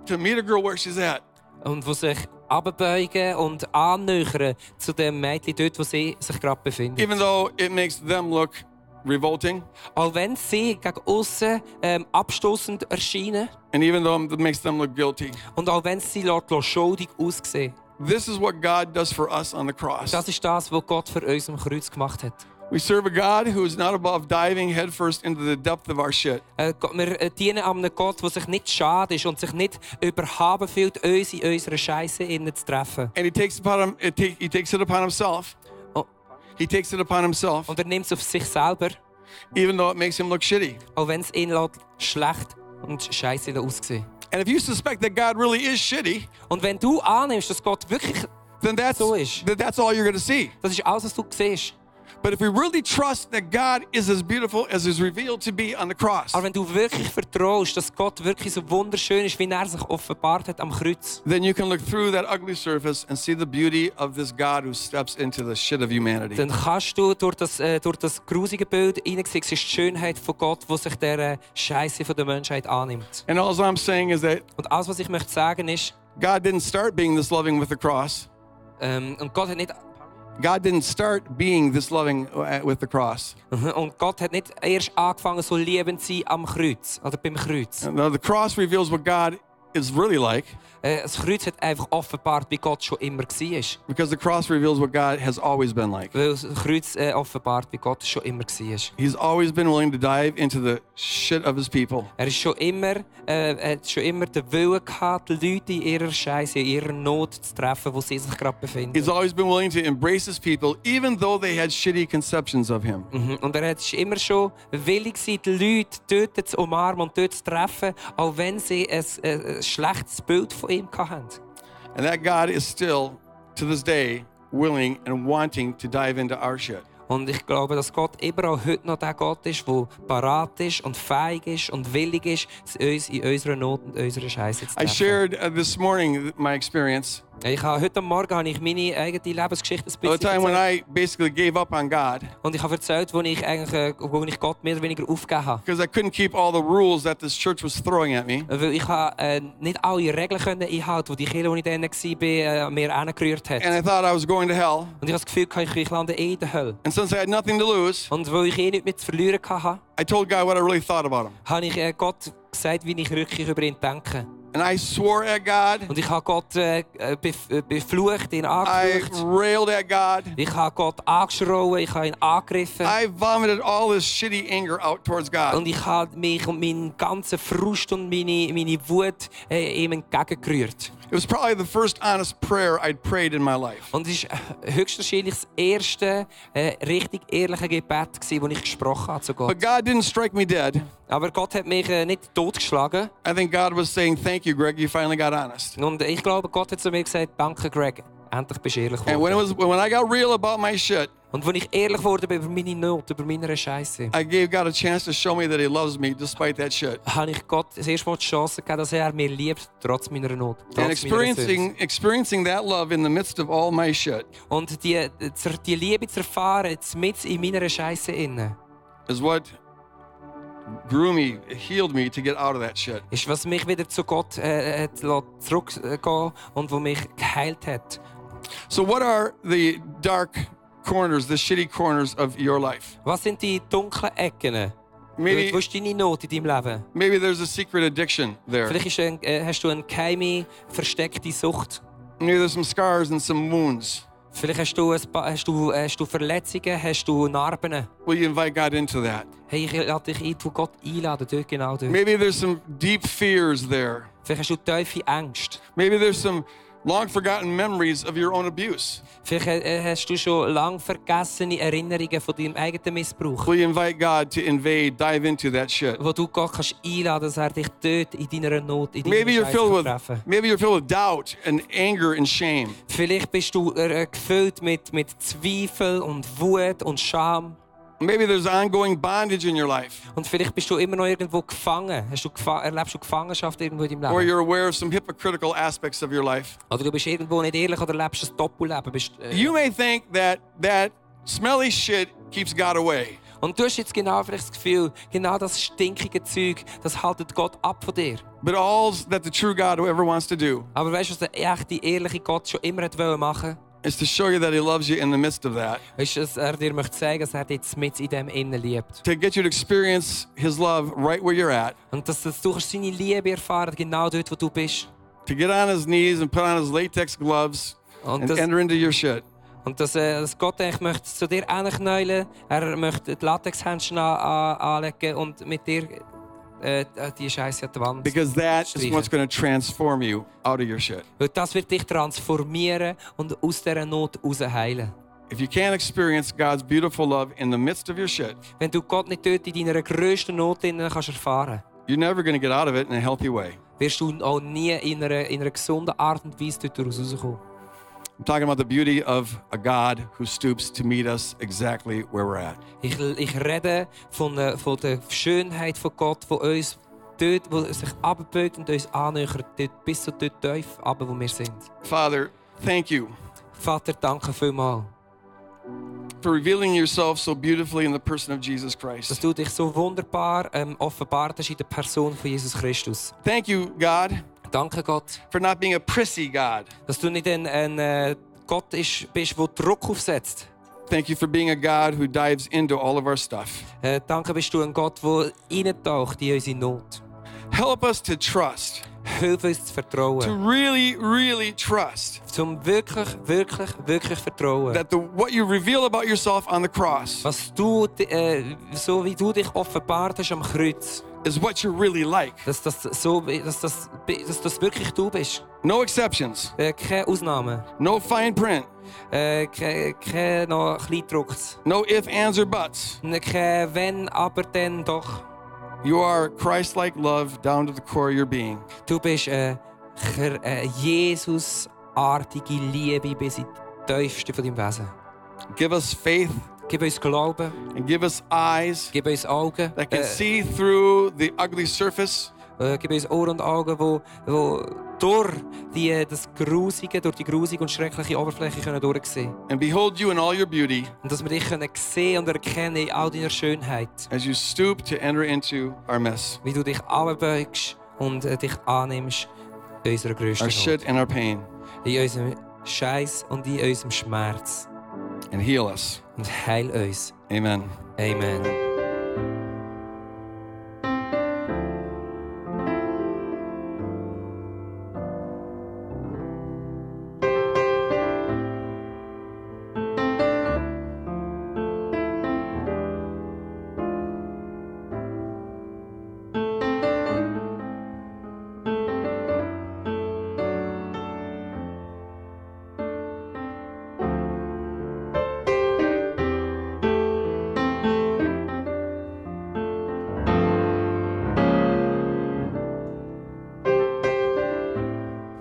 D: to meet a girl where she's at.
C: Und die sich abbeugen und annähern zu dem Mädchen dort, wo sie sich gerade befindet.
D: even though it makes them look revolting,
C: Auch wenn sie gegen aussen ähm, abstoßend erscheinen,
D: and even though it makes them look guilty.
C: Und auch wenn sie laut laut schuldig aussehen,
D: This is what God does for us on the cross.
C: das ist das, was Gott für uns am Kreuz gemacht hat.
D: We serve a God who is not above diving headfirst into the depth of our shit.
C: Äh, Gott- Wir äh, dienen an einem Gott, der sich nicht schade ist und sich nicht überhaben fühlt, uns in unserer Scheiße innen zu treffen.
D: And he takes, upon him, it ta- he takes it upon himself.
C: O-
D: He takes it upon himself,
C: Und er nimmt es auf sich selber,
D: even though it makes him look shitty.
C: auch wenn es ihn lässt, schlecht und scheiße aussehen
D: And if you suspect that God really is shitty,
C: Und wenn du annimmst, dass Gott wirklich,
D: then that's,
C: So is.
D: then that's all you're going to see.
C: das ist alles, was du siehst.
D: But if we really trust that God is as beautiful as is revealed to be on the cross,
C: Aber wenn du wirklich vertraust, dass Gott wirklich so wunderschön ist, wie er sich offenbart hat am Kreuz,
D: then you can look through that ugly surface and see the beauty of this God who steps into the shit of humanity.
C: dann kannst du durch das, äh, durch das grusige Bild hineinsehen, siehst du die Schönheit von Gott, die sich der äh, Scheiße der Menschheit annimmt.
D: And all I'm saying is that
C: Und alles, was ich möchte sagen, ist,
D: God didn't start being this loving with the cross.
C: ähm, und, Gott hat nicht,
D: God didn't start being this loving uh, with the cross.
C: und Gott hat nicht erst angefangen, so liebend zu sein am Kreuz oder beim Kreuz.
D: Now, the cross reveals what God is really like
C: Äh, das Kreuz hat einfach offenbart, wie Gott schon immer war.
D: because the cross reveals what God has always been like.
C: Weil das Kreuz äh, offenbart, wie Gott schon immer war.
D: He's always been willing to dive into the shit of his people.
C: Er, ist schon immer, äh, er hat schon immer den Willen gehabt, die Leute in ihrer Scheiße, in ihrer Not zu treffen, wo sie sich gerade befinden.
D: He's always been willing to embrace his people, even though they had shitty conceptions of him.
C: Mhm. Und er hat war immer schon willig, gewesen, die Leute dort zu umarmen und dort zu treffen, auch wenn sie ein, ein, ein schlechtes Bild von ihm hatten.
D: And that God is still, to this day, willing and wanting to dive into our shit.
C: Und ich glaube, dass Gott immer auch heute noch der Gott ist, der parat ist und fähig ist und willig ist, uns in unserer Not und unserer Scheiße zu
D: I
C: treffen.
D: shared uh, this morning my experience
C: Ich habe, heute Morgen habe ich meine eigene Lebensgeschichte ein
D: of a
C: bisschen
D: Oh, time when
C: erzählt.
D: I basically gave up on God
C: Und ich habe erzählt, wo ich, eigentlich, äh, wo ich Gott mehr oder weniger aufgegeben habe.
D: because I couldn't keep all the rules that this church was throwing at me.
C: Weil ich habe, äh, nicht alle Regeln können einhalten konnte, die die Kirche, wo ich denen war, äh, mir angerührt hat.
D: And I thought I was going to hell.
C: Und ich habe das Gefühl, gehabt, ich, ich lande eh in der Hölle.
D: And since I had nothing to lose,
C: Und weil ich eh nichts mehr zu verlieren hatte,
D: I told God what I really thought about him.
C: habe ich äh, Gott gesagt, wie ich wirklich über ihn denke.
D: And I swore at God.
C: Und ich habe Gott äh, äh, bef äh, beflucht, ihn
D: I
C: angeflucht.
D: railed at God.
C: Ich habe Gott angeschrauen, ich habe ihn angegriffen.
D: I vomited all this shitty anger out towards
C: Und
D: God.
C: ich habe mich und meinen ganzen Frust und meine, meine Wut äh, ihm entgegengerührt.
D: It was probably the first honest prayer I'd prayed in my life.
C: Und es war höchstwahrscheinlich das erste äh, richtig ehrliche Gebet, gewesen, das ich gesprochen habe zu Gott.
D: But God didn't strike me dead.
C: Aber Gott hat mich äh, nicht totgeschlagen.
D: I think God was saying, Thank you, Greg, you finally got honest.
C: Und ich glaube, Gott hat zu mir gesagt, danke Greg, endlich bist du ehrlich
D: And when, it
C: geworden.
D: was, when I got real about my shit,
C: Und wenn ich ehrlich wurde über meine Not, über meine Scheiße,
D: I gave God a chance to show me that He loves me despite that shit.
C: habe ich Gott das erste Mal die Chance gegeben, dass er mir liebt, trotz meiner Not.
D: And
C: Trotz meiner Sünde.
D: experiencing, experiencing that love in the midst of all my shit
C: Und die, die Liebe zu erfahren, mit in meiner Scheiße inne.
D: is what grew me, healed me to get out of that shit.
C: ist, was mich wieder zu Gott äh, hat lassen zurückgehen und wo mich geheilt hat.
D: So, what are the dark corners, the shitty corners of your life?
C: Was sind die dunklen Ecken?
D: Maybe,
C: Wo ist deine Not in deinem Leben?
D: maybe there's a secret addiction there.
C: Vielleicht ist ein, äh, hast du eine geheime, versteckte Sucht.
D: Maybe there's some scars and some wounds.
C: Vielleicht hast du, ein paar, hast, du, äh, hast du Verletzungen, hast du Narben.
D: Will you invite God into that?
C: Hey, ich lade dich ein, du Gott einladen, dort genau dort.
D: Maybe there's some deep fears there.
C: Vielleicht hast du tiefe Ängste.
D: Maybe there's some long forgotten memories of your own abuse.
C: Vielleicht äh, hast du schon lange vergessene Erinnerungen von deinem eigenen Missbrauch.
D: Will you invite God to invade, dive into that shit?
C: Wo du Gott kannst einladen, dass er dich dort in deiner Not, in deiner
D: Maybe you're
C: Scheiße
D: filled
C: kann treffen
D: with maybe you're filled with doubt and anger and shame.
C: Vielleicht bist du äh, gefüllt mit, mit Zweifel und Wut und Scham.
D: Maybe there's ongoing bondage in your life,
C: Und vielleicht bist du immer noch irgendwo gefangen. Hast du gefa erlebst du Gefangenschaft irgendwo in deinem
D: or
C: Leben?
D: you're aware of some hypocritical aspects of your life.
C: Oder du bist irgendwo nicht ehrlich oder lebst ein Doppelleben. Bist, äh,
D: You may think that that smelly shit keeps God away,
C: und du hast jetzt genau vielleicht das Gefühl, genau das stinkige Zeug, das haltet Gott ab von dir.
D: but all that the true God ever wants to do
C: Aber weißt du, was der echte, ehrliche Gott schon immer hat wollen machen?
D: is to show you that He loves you in the midst of that,
C: Ist, dass er dir möchte zeigen, dass er dich mit in dem Innen liebt.
D: to get you to experience His love right where you're at,
C: Und dass, dass du kannst seine Liebe erfahren, genau dort, wo du bist.
D: to get on His knees and put on His latex gloves
C: Und
D: and
C: das-
D: enter into your shit.
C: Und dass, äh, dass Gott eigentlich möchte zu dir hinknäulen, er möchte die Latexhändchen an, an, anlegen und mit dir äh, die Scheiße an die Wand.
D: Because that is
C: Streichen.
D: what's going to transform you out of your shit.
C: Weil das wird dich transformieren und aus dieser Not raus heilen.
D: If you can't experience God's beautiful love in the midst of your shit,
C: Wenn du Gott nicht dort in deiner grössten Not drinnen kannst erfahren
D: you're never going to get out of it in a healthy way.
C: wirst du auch nie in einer, in einer gesunden Art und Weise dort daraus rauskommen.
D: I'm talking about the beauty of a God who stoops to meet us exactly where we're at.
C: Ich, ich rede von, der- von der Schönheit von Gott, von uns dort, wo er sich abbeugt und uns annähert, dort, bis zu dort tief, runter, wo wir sind.
D: Father, thank you
C: Vater, danke vielmals.
D: for revealing yourself so beautifully in the person of Jesus
C: dass
D: Christ.
C: du dich so wunderbar ähm, offenbart hast in der Person von Jesus Christus.
D: Thank you, God,
C: Danke Gott,
D: for not being a prissy God.
C: dass du nicht ein, ein äh, Gott ist, bist, der Druck aufsetzt.
D: Thank you for being a God who dives into all of our stuff.
C: Äh, danke bist du ein Gott, der eintaucht in unsere Not.
D: Help us to trust,
C: Hilf uns zu
D: to
C: vertrauen.
D: really, really trust
C: Zum wirklich, wirklich, wirklich vertrauen.
D: that the, what you reveal about yourself on the cross
C: Was du, äh, so wie du dich offenbart hast am Kreuz,
D: is what you're really like.
C: dass das, so, dass das, dass das wirklich du bist.
D: No exceptions,
C: Äh, keine Ausnahmen,
D: no fine print,
C: äh, keine, keine noch Kleindrucks.
D: no if, ands, or buts.
C: Kein Äh, Wenn, aber dann doch.
D: You are Christ like love down to the core of your being.
C: Du bist eine, Chir- eine Jesusartige Liebe bis in die tiefste von deinem Wesen.
D: Give us faith
C: Gib uns Glauben,
D: and give us eyes
C: gib uns Augen,
D: that can
C: äh,
D: see through the ugly surface
C: äh, gib uns Ohren und Augen, wo, wo durch die, eh, das Grusige, durch die grusige und schreckliche Oberfläche können durchsehen können.
D: and behold you in all your beauty
C: Und dass wir dich können sehen und erkennen in all deiner Schönheit,
D: as you stoop to enter into our mess,
C: wie du dich abbeugst und äh, dich annimmst in unserer
D: our
C: grössten Not,
D: Oh, shit and our pain,
C: in unserem Scheiß und in unserem Schmerz.
D: and heal us.
C: Und heil uns.
D: Amen.
C: Amen.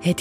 A: Hat